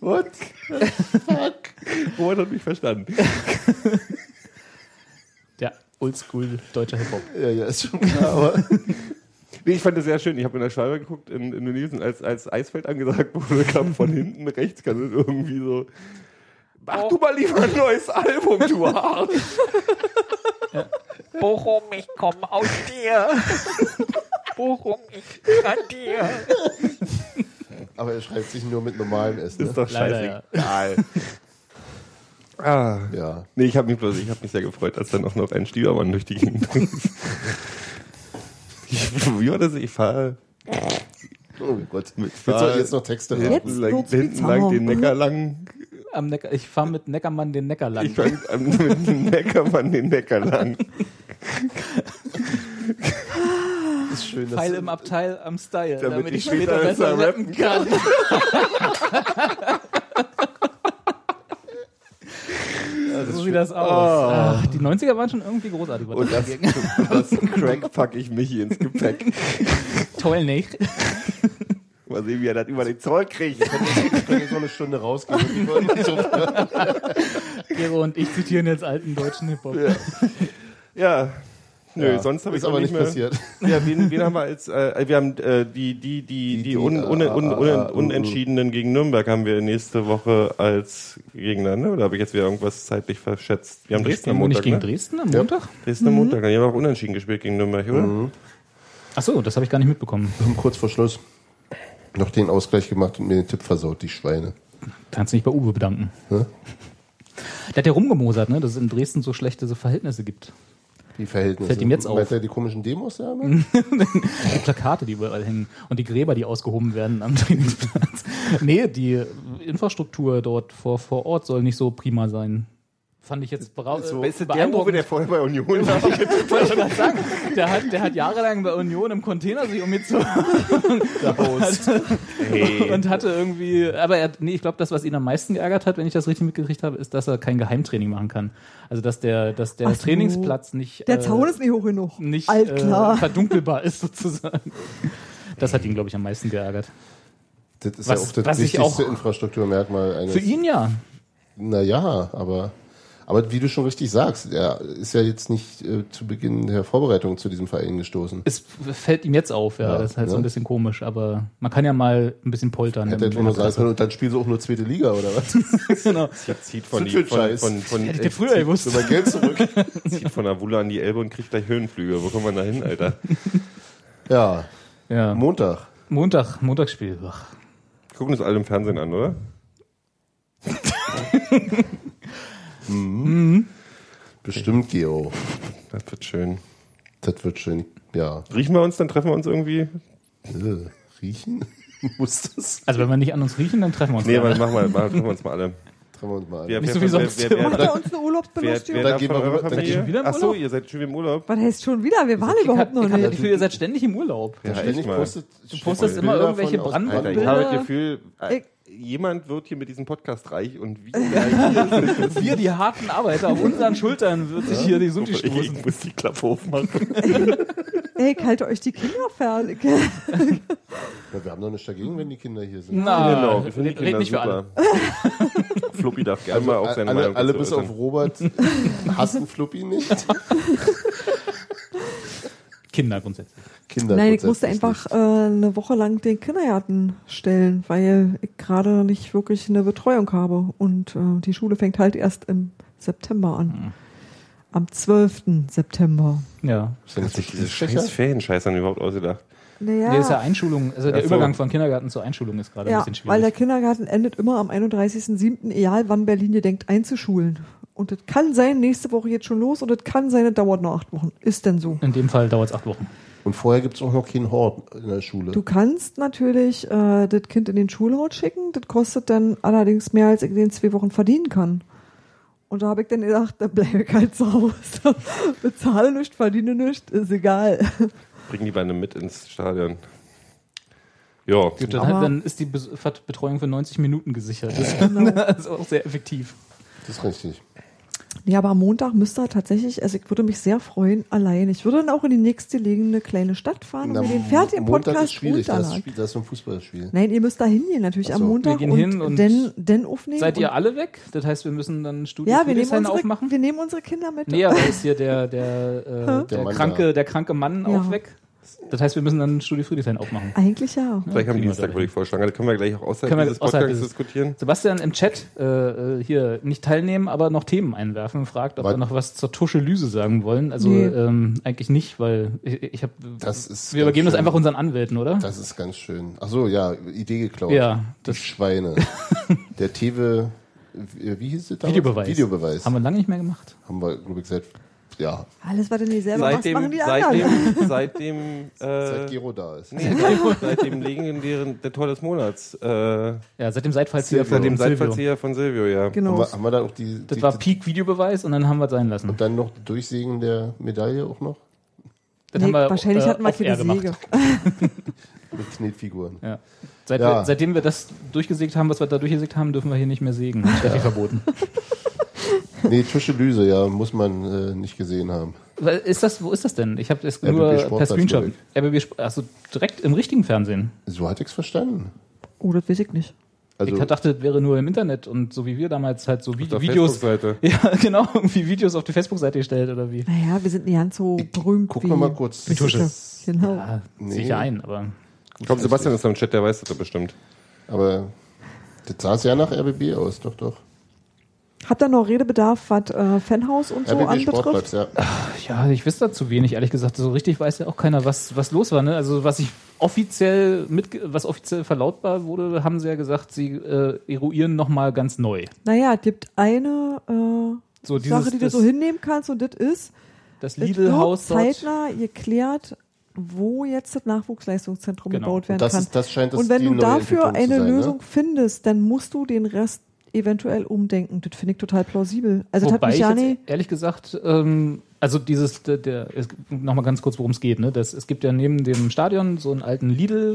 [SPEAKER 3] What? Fuck.
[SPEAKER 4] Robert hat mich verstanden.
[SPEAKER 5] Der oldschool deutsche Hip-Hop.
[SPEAKER 3] Ja, ja, ist schon klar, aber
[SPEAKER 4] Nee, ich fand das sehr schön. Ich habe in der Scheibe geguckt in Indonesien, als, als Eisfeld angesagt wurde, kam von hinten rechts kann es irgendwie so. Mach du mal lieber ein neues Album, du Arsch.
[SPEAKER 1] Bochum, ich komme aus dir. Bochum, ich kann dir.
[SPEAKER 3] Aber er schreibt sich nur mit normalem S. Ne?
[SPEAKER 4] Ist doch
[SPEAKER 5] Leider,
[SPEAKER 4] scheißegal. Ah.
[SPEAKER 3] Ja.
[SPEAKER 4] Nee, ich habe mich bloß, ich habe mich sehr gefreut, als dann auch noch ein Stiebermann durch die Gegend ging. Ich- Wie war das? Ich fahre
[SPEAKER 3] Oh Gott.
[SPEAKER 4] Mit
[SPEAKER 3] Willst du jetzt noch Texte haben?
[SPEAKER 2] Jetzt?
[SPEAKER 4] hinten lang,
[SPEAKER 2] wird's
[SPEAKER 4] hinten lang
[SPEAKER 2] bizarr.
[SPEAKER 4] den Neckar lang.
[SPEAKER 5] Am Neckar, ich fahre mit Neckermann den Neckar lang.
[SPEAKER 4] Ich fahre mit dem Neckermann den Neckar lang.
[SPEAKER 3] Ist schön, dass
[SPEAKER 5] Pfeil im Abteil am Style,
[SPEAKER 4] Damit ich später besser rappen
[SPEAKER 5] kann. so sieht das aus. Ach, die 90er waren schon irgendwie großartig.
[SPEAKER 4] Und das, das Crack packe ich mich hier ins Gepäck. Oh.
[SPEAKER 5] Toll nicht.
[SPEAKER 4] Mal sehen, wie er das über den Zoll kriegt.
[SPEAKER 3] ich jetzt so eine Stunde rausgehen. und so-
[SPEAKER 5] Gero und ich zitieren jetzt alten deutschen Hip-Hop.
[SPEAKER 4] Ja. Nö,
[SPEAKER 3] Ja.
[SPEAKER 4] sonst habe ich
[SPEAKER 3] Ist aber
[SPEAKER 4] noch
[SPEAKER 3] nicht
[SPEAKER 4] mehr-
[SPEAKER 3] passiert.
[SPEAKER 4] Ja, wen, wen haben wir als äh, wir haben äh, die die die die,
[SPEAKER 3] die,
[SPEAKER 4] un, un,
[SPEAKER 3] äh,
[SPEAKER 4] un,
[SPEAKER 3] äh,
[SPEAKER 4] un,
[SPEAKER 3] äh,
[SPEAKER 4] unentschiedenen gegen Nürnberg haben wir nächste Woche als gegeneinander oder habe ich jetzt wieder irgendwas zeitlich verschätzt? Wir haben Dresden am
[SPEAKER 5] wir nicht
[SPEAKER 4] Montag,
[SPEAKER 5] gegen
[SPEAKER 4] ne?
[SPEAKER 5] Dresden Mhm. am Montag?
[SPEAKER 4] Dresden am Montag, die haben auch unentschieden gespielt gegen Nürnberg, oder?
[SPEAKER 3] Mhm.
[SPEAKER 5] Achso, das habe ich gar nicht mitbekommen.
[SPEAKER 3] Wir haben kurz vor Schluss noch den Ausgleich gemacht und mir den Tipp versaut, die Schweine.
[SPEAKER 5] Kannst du dich bei Uwe bedanken.
[SPEAKER 3] Hä?
[SPEAKER 5] Der hat ja rumgemosert, ne, dass es in Dresden so schlechte so Verhältnisse gibt.
[SPEAKER 3] die Verhältnisse.
[SPEAKER 5] Fällt ihm jetzt auf.
[SPEAKER 3] Meinst du die komischen Demos da immer?
[SPEAKER 5] Die Plakate, die überall hängen und die Gräber, die ausgehoben werden am Trainingsplatz. Nee, die Infrastruktur dort vor, vor Ort soll nicht so prima sein. Fand ich jetzt bra- äh,
[SPEAKER 4] Weißt du, der Uwe,
[SPEAKER 5] beeindruckend.
[SPEAKER 4] der vorher bei Union war,
[SPEAKER 5] Wollte ich grad sagen, der, hat, der hat jahrelang bei Union im Container sich umgezogen
[SPEAKER 4] hey,
[SPEAKER 5] und hatte irgendwie, aber er, nee, ich glaube, das, was ihn am meisten geärgert hat, wenn ich das richtig mitgekriegt habe, ist, dass er kein Geheimtraining machen kann. Also, dass der, dass der
[SPEAKER 2] Ach so.
[SPEAKER 5] Trainingsplatz nicht,
[SPEAKER 2] Der
[SPEAKER 5] äh,
[SPEAKER 2] Zaun ist nicht hoch genug.
[SPEAKER 5] nicht
[SPEAKER 2] Alt
[SPEAKER 5] Äh,
[SPEAKER 2] klar.
[SPEAKER 5] verdunkelbar ist, sozusagen. Das hat ihn, glaube ich, am meisten geärgert.
[SPEAKER 3] Das ist
[SPEAKER 5] Was-
[SPEAKER 3] ja auch das
[SPEAKER 5] was ich
[SPEAKER 3] wichtigste
[SPEAKER 5] auch-
[SPEAKER 3] Infrastrukturmerkmal eines.
[SPEAKER 5] Für ihn ja.
[SPEAKER 3] Naja, aber, aber wie du schon richtig sagst, er ist ja jetzt nicht äh, zu Beginn der Vorbereitung zu diesem Verein gestoßen.
[SPEAKER 5] Es fällt ihm jetzt auf, ja.
[SPEAKER 3] Ja,
[SPEAKER 5] das ist halt so
[SPEAKER 3] ne?
[SPEAKER 5] ein bisschen komisch, aber man kann ja mal ein bisschen poltern.
[SPEAKER 3] Hätte er
[SPEAKER 5] wenn-
[SPEAKER 3] nur
[SPEAKER 5] wenn
[SPEAKER 3] noch
[SPEAKER 5] er
[SPEAKER 3] sagen können, und dann spielen sie auch nur zweite Liga oder was?
[SPEAKER 5] genau.
[SPEAKER 4] zieht von, die, von,
[SPEAKER 3] Zittelscheiß.
[SPEAKER 4] von, von, äh,
[SPEAKER 5] Hätte ich früher gewusst.
[SPEAKER 3] So mein Geld zurück.
[SPEAKER 4] zieht von der Wulle an die Elbe und kriegt gleich Höhenflüge. Wo kommt man da hin, Alter?
[SPEAKER 3] Ja,
[SPEAKER 5] Ja.
[SPEAKER 3] Montag.
[SPEAKER 5] Montag, Montagsspiel. Ach.
[SPEAKER 4] Gucken uns alle im Fernsehen an, oder?
[SPEAKER 3] Bestimmt, Geo.
[SPEAKER 4] Das wird schön.
[SPEAKER 3] Das wird schön. Ja.
[SPEAKER 4] Riechen wir uns, dann treffen wir uns irgendwie.
[SPEAKER 3] Äh, Riechen? Muss das?
[SPEAKER 5] Also wenn wir nicht an uns riechen, dann treffen wir uns.
[SPEAKER 4] Nee, aber
[SPEAKER 5] gerne.
[SPEAKER 4] machen wir, machen, treffen wir uns mal alle.
[SPEAKER 3] Trauen wir uns mal an.
[SPEAKER 4] Wer,
[SPEAKER 5] Nicht so wie sonst.
[SPEAKER 2] Macht er uns eine Urlaubsbelustigung?
[SPEAKER 3] Dann gehen wir rüber- dann gehen
[SPEAKER 5] wir wieder im
[SPEAKER 4] Ach so,
[SPEAKER 5] Urlaub?
[SPEAKER 4] ihr seid schon wieder im Urlaub.
[SPEAKER 2] Was heißt schon wieder? Wir waren
[SPEAKER 5] Ich
[SPEAKER 2] überhaupt
[SPEAKER 5] hab-
[SPEAKER 2] noch
[SPEAKER 5] ich hab das
[SPEAKER 2] nicht.
[SPEAKER 5] Gefühl, ihr seid ständig im Urlaub.
[SPEAKER 4] Ja,
[SPEAKER 3] Ständig
[SPEAKER 4] echt mal.
[SPEAKER 3] postet-
[SPEAKER 5] Du postest immer
[SPEAKER 3] Bilder
[SPEAKER 5] irgendwelche
[SPEAKER 3] von aus-
[SPEAKER 5] Brandbilder.
[SPEAKER 4] Alter, ich
[SPEAKER 5] Bilder.
[SPEAKER 4] habe das Gefühl, äh,
[SPEAKER 2] Ich-
[SPEAKER 4] jemand wird hier mit diesem Podcast reich und wie reich
[SPEAKER 5] Wir, die harten Arbeiter, auf unseren Schultern wird sich hier die Sundi
[SPEAKER 4] ich,
[SPEAKER 5] stoßen.
[SPEAKER 4] ich muss die Klappe aufmachen.
[SPEAKER 2] Ey, ich halte euch die Kinder fern.
[SPEAKER 3] Ja, wir haben doch nichts dagegen, wenn die Kinder hier sind.
[SPEAKER 5] Na,
[SPEAKER 4] Genau, wir
[SPEAKER 5] red,
[SPEAKER 4] finden die
[SPEAKER 5] red
[SPEAKER 4] Kinder
[SPEAKER 5] nicht für alle.
[SPEAKER 4] super. Fluppi darf gerne mal auf seine
[SPEAKER 3] alle,
[SPEAKER 4] Meinung
[SPEAKER 3] alle
[SPEAKER 4] dazu
[SPEAKER 3] bis auf
[SPEAKER 4] äußern.
[SPEAKER 3] Robert hassen Fluppi nicht.
[SPEAKER 5] Kinder grundsätzlich.
[SPEAKER 3] Kinder
[SPEAKER 2] Nein, ich musste
[SPEAKER 3] grundsätzlich
[SPEAKER 2] einfach äh, eine Woche lang den Kindergarten stellen, weil ich gerade nicht wirklich eine Betreuung habe. Und äh, die Schule fängt halt erst im September
[SPEAKER 5] Mhm.
[SPEAKER 2] an. Am 12. September.
[SPEAKER 5] Ja.
[SPEAKER 3] Sind
[SPEAKER 4] Hat
[SPEAKER 3] sich
[SPEAKER 4] sich
[SPEAKER 3] diese
[SPEAKER 4] dieses
[SPEAKER 3] Schächer?
[SPEAKER 4] scheiß Ferienscheiß dann überhaupt ausgedacht?
[SPEAKER 2] Naja,
[SPEAKER 5] Nee, ist ja Einschulung, also der
[SPEAKER 4] Ach so.
[SPEAKER 5] Übergang von Kindergarten zur Einschulung ist gerade ein
[SPEAKER 2] ja
[SPEAKER 5] bisschen
[SPEAKER 2] weil der
[SPEAKER 5] schwierig.
[SPEAKER 2] Kindergarten endet immer am 31.07., egal wann Berlin ihr denkt, einzuschulen. Und das kann sein, nächste Woche geht schon los und das kann sein, das dauert noch acht Wochen. Ist denn so.
[SPEAKER 5] In dem Fall dauert es acht Wochen.
[SPEAKER 3] Und vorher gibt es auch noch keinen Hort in der Schule.
[SPEAKER 2] Du kannst natürlich äh, das Kind in den Schulhort schicken. Das kostet dann allerdings mehr, als ich in den zwei Wochen verdienen kann. Und da habe ich dann gedacht, da bleibe ich halt zu Hause. Bezahle nichts, verdiene nichts, ist egal.
[SPEAKER 4] Bringen die Beine mit ins Stadion. Ja,
[SPEAKER 5] Gut, dann,
[SPEAKER 2] Aber-
[SPEAKER 5] halt, dann ist die Bes- Vert- Betreuung für 90 Minuten gesichert.
[SPEAKER 2] genau.
[SPEAKER 5] Das ist auch sehr effektiv.
[SPEAKER 3] Das ist richtig.
[SPEAKER 2] Ja, aber am Montag müsste er tatsächlich, also ich würde mich sehr freuen, allein. Ich würde dann auch in die nächstgelegene kleine Stadt fahren und mir den fertigen
[SPEAKER 3] Montag ist
[SPEAKER 2] Podcast
[SPEAKER 3] schwierig, das
[SPEAKER 2] runterladen.
[SPEAKER 3] ist, das ist so ein Fußballspiel.
[SPEAKER 2] Nein, ihr müsst da hingehen, natürlich
[SPEAKER 3] Ach
[SPEAKER 2] am
[SPEAKER 3] so, wir
[SPEAKER 2] Montag
[SPEAKER 5] gehen
[SPEAKER 2] und,
[SPEAKER 5] hin und
[SPEAKER 2] den, den aufnehmen.
[SPEAKER 5] Seid ihr
[SPEAKER 2] und,
[SPEAKER 5] alle weg? Das heißt, wir müssen dann Studio
[SPEAKER 2] ja, wir nehmen,
[SPEAKER 5] Friedrichshain
[SPEAKER 2] unsere,
[SPEAKER 5] aufmachen?
[SPEAKER 2] wir nehmen unsere Kinder mit.
[SPEAKER 5] Nee, aber ist hier der, der, äh, der,
[SPEAKER 3] Der Mann
[SPEAKER 5] kranke,
[SPEAKER 3] da.
[SPEAKER 5] der kranke Mann
[SPEAKER 2] Ja.
[SPEAKER 5] auch weg? Das heißt, wir müssen dann Studio Friedrichshain aufmachen.
[SPEAKER 2] Eigentlich ja.
[SPEAKER 4] vielleicht haben
[SPEAKER 5] kriegen wir
[SPEAKER 4] die Dienstag,
[SPEAKER 5] da
[SPEAKER 4] würde ich vorschlagen. Da können wir gleich auch außerhalb
[SPEAKER 5] Können wir
[SPEAKER 4] dieses
[SPEAKER 5] außerhalb
[SPEAKER 4] Podcasts
[SPEAKER 5] dieses-
[SPEAKER 4] diskutieren.
[SPEAKER 5] Sebastian im Chat äh, äh, hier nicht teilnehmen, aber noch Themen einwerfen, fragt, ob
[SPEAKER 3] Was?
[SPEAKER 5] wir noch was zur Tuschelüse sagen wollen. Also
[SPEAKER 2] Nee.
[SPEAKER 5] ähm, eigentlich nicht, weil ich, ich habe.
[SPEAKER 3] Das ist
[SPEAKER 5] Wir übergeben
[SPEAKER 3] ganz
[SPEAKER 5] das
[SPEAKER 3] schön.
[SPEAKER 5] einfach unseren Anwälten, oder?
[SPEAKER 3] Das ist ganz schön. Ach so, ja, Idee geklaut.
[SPEAKER 5] Ja,
[SPEAKER 3] Die
[SPEAKER 5] das-
[SPEAKER 3] Schweine. Der Tewe, wie wie hieß es damals?
[SPEAKER 5] Videobeweis.
[SPEAKER 3] Videobeweis.
[SPEAKER 5] Haben wir lange nicht mehr gemacht.
[SPEAKER 3] Haben wir, glaube ich, seit, ja,
[SPEAKER 2] Alles, was du nicht
[SPEAKER 5] Also
[SPEAKER 2] selber machst, machen
[SPEAKER 4] Seitdem,
[SPEAKER 2] die anderen.
[SPEAKER 4] seitdem, seitdem,
[SPEAKER 3] seit
[SPEAKER 4] äh,
[SPEAKER 3] Giro da ist.
[SPEAKER 4] nee, seit, seit dem legendären der Tor des Monats, äh,
[SPEAKER 5] Ja, seit dem Seitfallzieher
[SPEAKER 4] seit dem
[SPEAKER 5] von Silvio.
[SPEAKER 4] Seitfallzieher von Silvio, ja.
[SPEAKER 3] Haben
[SPEAKER 2] Genau.
[SPEAKER 3] wir, haben wir da auch die,
[SPEAKER 5] Das
[SPEAKER 3] die
[SPEAKER 5] war Peak-Videobeweis und dann haben wir es sein lassen.
[SPEAKER 3] und dann noch Durchsägen der Medaille auch noch
[SPEAKER 5] Das
[SPEAKER 2] Nee,
[SPEAKER 5] haben wir,
[SPEAKER 2] wahrscheinlich
[SPEAKER 5] äh,
[SPEAKER 2] hatten wir
[SPEAKER 5] off-air
[SPEAKER 2] keine
[SPEAKER 5] gemacht.
[SPEAKER 2] Säge.
[SPEAKER 3] mit Knetfiguren.
[SPEAKER 5] Ja. Seit,
[SPEAKER 3] Ja.
[SPEAKER 5] Seitdem wir das durchgesägt haben, was wir da durchgesägt haben, dürfen wir hier nicht mehr sägen. Das ist verboten.
[SPEAKER 3] Nee, Tuschelüse, ja, muss man äh, nicht gesehen haben.
[SPEAKER 5] Weil Ist das, wo ist das denn? Ich habe das
[SPEAKER 3] RBB
[SPEAKER 5] nur per
[SPEAKER 3] Sportplatz,
[SPEAKER 5] Screenshot.
[SPEAKER 3] glaub
[SPEAKER 5] RBB, Sp- also direkt im richtigen Fernsehen.
[SPEAKER 3] So hatte ich es verstanden.
[SPEAKER 2] Oh, das weiß ich nicht.
[SPEAKER 3] Also,
[SPEAKER 5] ich dachte, das wäre nur im Internet und so wie wir damals halt so
[SPEAKER 4] der
[SPEAKER 5] Vide- Videos.
[SPEAKER 4] Facebook-Seite.
[SPEAKER 5] Ja, genau, irgendwie Videos auf die Facebook-Seite gestellt oder wie.
[SPEAKER 2] Naja, wir sind nicht ganz so berühmt
[SPEAKER 3] guck
[SPEAKER 2] wie
[SPEAKER 3] noch mal kurz.
[SPEAKER 2] wie Tusche. Genau.
[SPEAKER 5] Ja,
[SPEAKER 3] Nee.
[SPEAKER 5] sicher ein, aber.
[SPEAKER 4] Komm, Sebastian ist am Chat, der weiß das doch bestimmt.
[SPEAKER 5] Um
[SPEAKER 3] aber das sah es ja nach RBB aus, doch, doch.
[SPEAKER 2] Habt ihr noch Redebedarf, was äh, Fanhaus und so
[SPEAKER 3] RBB
[SPEAKER 2] anbetrifft?
[SPEAKER 3] Sportplatz, ja.
[SPEAKER 5] Ja, ich wüsste da zu wenig, ehrlich gesagt. So richtig weiß ja auch keiner, was, was los war. Ne? Also was ich offiziell mit, was offiziell verlautbar wurde, haben sie ja gesagt, sie äh, eruieren nochmal ganz neu.
[SPEAKER 2] Naja, es gibt eine äh,
[SPEAKER 5] So dieses-
[SPEAKER 2] Sache, die du
[SPEAKER 5] das-
[SPEAKER 2] so hinnehmen kannst und das ist,
[SPEAKER 5] Das
[SPEAKER 2] Es
[SPEAKER 5] Lidl-Haus
[SPEAKER 2] wird
[SPEAKER 5] dort.
[SPEAKER 2] zeitnah geklärt, wo jetzt das Nachwuchsleistungszentrum
[SPEAKER 5] Genau.
[SPEAKER 2] gebaut werden
[SPEAKER 3] Das
[SPEAKER 2] kann.
[SPEAKER 3] ist- das scheint das
[SPEAKER 2] Und wenn
[SPEAKER 3] die
[SPEAKER 2] du
[SPEAKER 3] neue
[SPEAKER 2] dafür
[SPEAKER 3] Entwicklung zu
[SPEAKER 2] eine
[SPEAKER 3] sein, ne?
[SPEAKER 2] Lösung findest, dann musst du den Rest eventuell umdenken. Das finde ich total plausibel. Also das hat
[SPEAKER 5] Wobei
[SPEAKER 2] mich
[SPEAKER 5] ich
[SPEAKER 2] ja
[SPEAKER 5] jetzt
[SPEAKER 2] nie.
[SPEAKER 5] ehrlich gesagt, ähm, also dieses, der, der es- noch mal ganz kurz, worum es geht. Ne? Das, es gibt ja neben dem Stadion so einen alten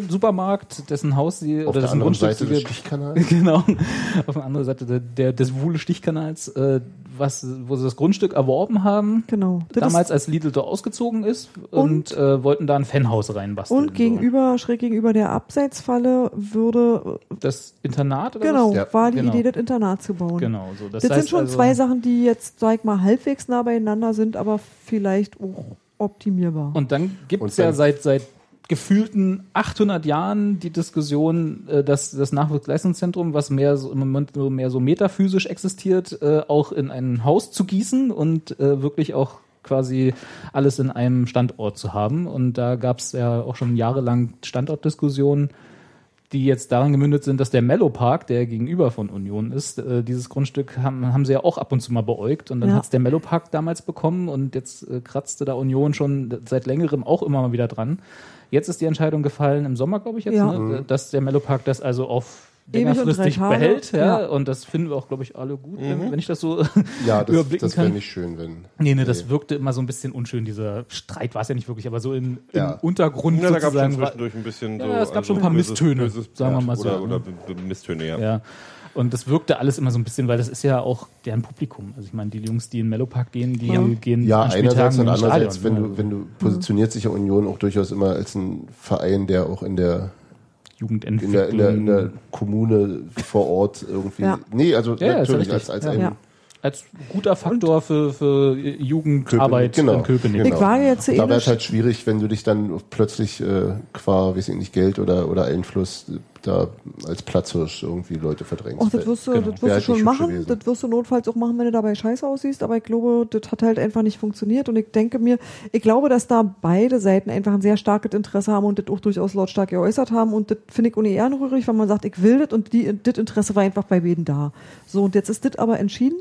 [SPEAKER 5] Lidl-Supermarkt, dessen Haus sie
[SPEAKER 3] Auf
[SPEAKER 5] oder
[SPEAKER 3] der
[SPEAKER 5] dessen
[SPEAKER 3] anderen
[SPEAKER 5] Grundstück
[SPEAKER 3] Seite
[SPEAKER 5] sie
[SPEAKER 3] des
[SPEAKER 5] ge-
[SPEAKER 3] Stichkanals.
[SPEAKER 5] genau, auf der anderen Seite der, der, des Wuhle Stichkanals, äh, was, wo sie das Grundstück erworben haben.
[SPEAKER 2] Genau. Das
[SPEAKER 5] damals,
[SPEAKER 2] ist,
[SPEAKER 5] als Lidl da ausgezogen ist und, äh, wollten da ein Fanhaus reinbasteln.
[SPEAKER 2] und gegenüber, schräg gegenüber der Abseitsfalle würde,
[SPEAKER 5] So. Das Internat oder
[SPEAKER 2] genau,
[SPEAKER 5] was?
[SPEAKER 3] Ja.
[SPEAKER 2] war die
[SPEAKER 5] Genau.
[SPEAKER 2] Idee, das Internat zu bauen.
[SPEAKER 5] Genau, so.
[SPEAKER 2] Das, sind
[SPEAKER 5] heißt
[SPEAKER 2] schon
[SPEAKER 5] also,
[SPEAKER 2] zwei Sachen, die jetzt, sag ich mal, halbwegs nah beieinander sind, aber vielleicht auch optimierbar.
[SPEAKER 5] Und dann gibt
[SPEAKER 3] Genau. Und
[SPEAKER 5] es
[SPEAKER 3] dann-
[SPEAKER 5] ja seit, seit gefühlten 800 Jahren die Diskussion, äh, dass das Nachwuchsleistungszentrum, was mehr so, im Moment nur mehr so metaphysisch existiert, äh, auch in ein Haus zu gießen und äh, wirklich auch quasi alles in einem Standort zu haben. Und da gab es ja auch schon jahrelang Standortdiskussionen, die jetzt daran gemündet sind, dass der Mellow Park, der gegenüber von Union ist, äh, dieses Grundstück haben, haben sie ja auch ab und zu mal beäugt und dann
[SPEAKER 2] Ja.
[SPEAKER 5] hat's der Mellow Park damals bekommen und jetzt äh, kratzte da Union schon seit längerem auch immer mal wieder dran. Jetzt ist die Entscheidung gefallen, im Sommer glaube ich jetzt,
[SPEAKER 2] Ja.
[SPEAKER 3] Mhm.
[SPEAKER 5] ne, dass der Mellow Park das also auf
[SPEAKER 2] Ewig und
[SPEAKER 5] längerfristig
[SPEAKER 2] drei Tage.
[SPEAKER 5] behält ja,
[SPEAKER 2] Ja.
[SPEAKER 5] und das finden wir auch glaube ich alle gut, wenn, wenn ich das so
[SPEAKER 3] Mhm. Ja, das,
[SPEAKER 5] überblicken
[SPEAKER 3] das wäre
[SPEAKER 5] kann.
[SPEAKER 3] nicht schön, wenn.
[SPEAKER 5] Nee, nee, das wirkte immer so ein bisschen unschön, dieser Streit war es ja nicht wirklich, aber so im, im
[SPEAKER 3] Ja.
[SPEAKER 5] Untergrund
[SPEAKER 4] Ja, da gab es
[SPEAKER 5] sozusagen war,
[SPEAKER 4] zwischendurch ein bisschen
[SPEAKER 5] Ja,
[SPEAKER 4] so. also
[SPEAKER 5] es gab schon ein paar Misstöne, sagen wir mal so,
[SPEAKER 4] Oder,
[SPEAKER 5] ne?
[SPEAKER 4] oder B- B- Misstöne, ja.
[SPEAKER 5] Ja. Und das wirkte alles immer so ein bisschen, weil das ist ja auch deren Publikum. Also ich meine, die Jungs, die in Mellow Park gehen, die
[SPEAKER 2] Ja.
[SPEAKER 5] gehen
[SPEAKER 3] Ja,
[SPEAKER 5] an
[SPEAKER 3] einerseits
[SPEAKER 5] Spieltagen
[SPEAKER 3] und
[SPEAKER 5] im
[SPEAKER 3] andererseits,
[SPEAKER 5] Stadion,
[SPEAKER 3] wenn
[SPEAKER 5] ne?
[SPEAKER 3] du, wenn du positioniert sich ja Union auch durchaus immer als ein Verein, der auch in der in der,
[SPEAKER 5] Jugendentwicklung.
[SPEAKER 3] in der, in der Kommune vor Ort irgendwie.
[SPEAKER 2] Ja.
[SPEAKER 3] Nee, also
[SPEAKER 5] Ja, ja, ist
[SPEAKER 3] natürlich als,
[SPEAKER 5] richtig.
[SPEAKER 3] als
[SPEAKER 5] Ja.
[SPEAKER 3] ein
[SPEAKER 2] Ja.
[SPEAKER 5] als guter Faktor für, für Jugendarbeit
[SPEAKER 3] Köpenick, genau.
[SPEAKER 5] in Köpenick.
[SPEAKER 3] Genau.
[SPEAKER 2] Ich wage jetzt eh
[SPEAKER 3] Da wäre
[SPEAKER 2] nicht-
[SPEAKER 3] es halt schwierig, wenn du dich dann plötzlich äh, qua, weiß ich nicht, Geld oder, oder Einfluss äh, da als Platzhirsch irgendwie Leute verdrängst.
[SPEAKER 2] Och, Oh, das wirst du,
[SPEAKER 5] Genau.
[SPEAKER 2] das
[SPEAKER 3] Wär
[SPEAKER 2] wirst du
[SPEAKER 3] halt
[SPEAKER 2] schon
[SPEAKER 3] nicht hübsch
[SPEAKER 2] machen.
[SPEAKER 3] gewesen.
[SPEAKER 2] Das wirst du notfalls auch machen, wenn du dabei scheiße aussiehst. Aber ich glaube, das hat halt einfach nicht funktioniert. Und ich denke mir, ich glaube, dass da beide Seiten einfach ein sehr starkes Interesse haben und das auch durchaus lautstark geäußert haben. Und das finde ich ohne ehrenrührig, weil man sagt, ich will das und die, das Interesse war einfach bei beiden da. So, und jetzt ist das aber entschieden.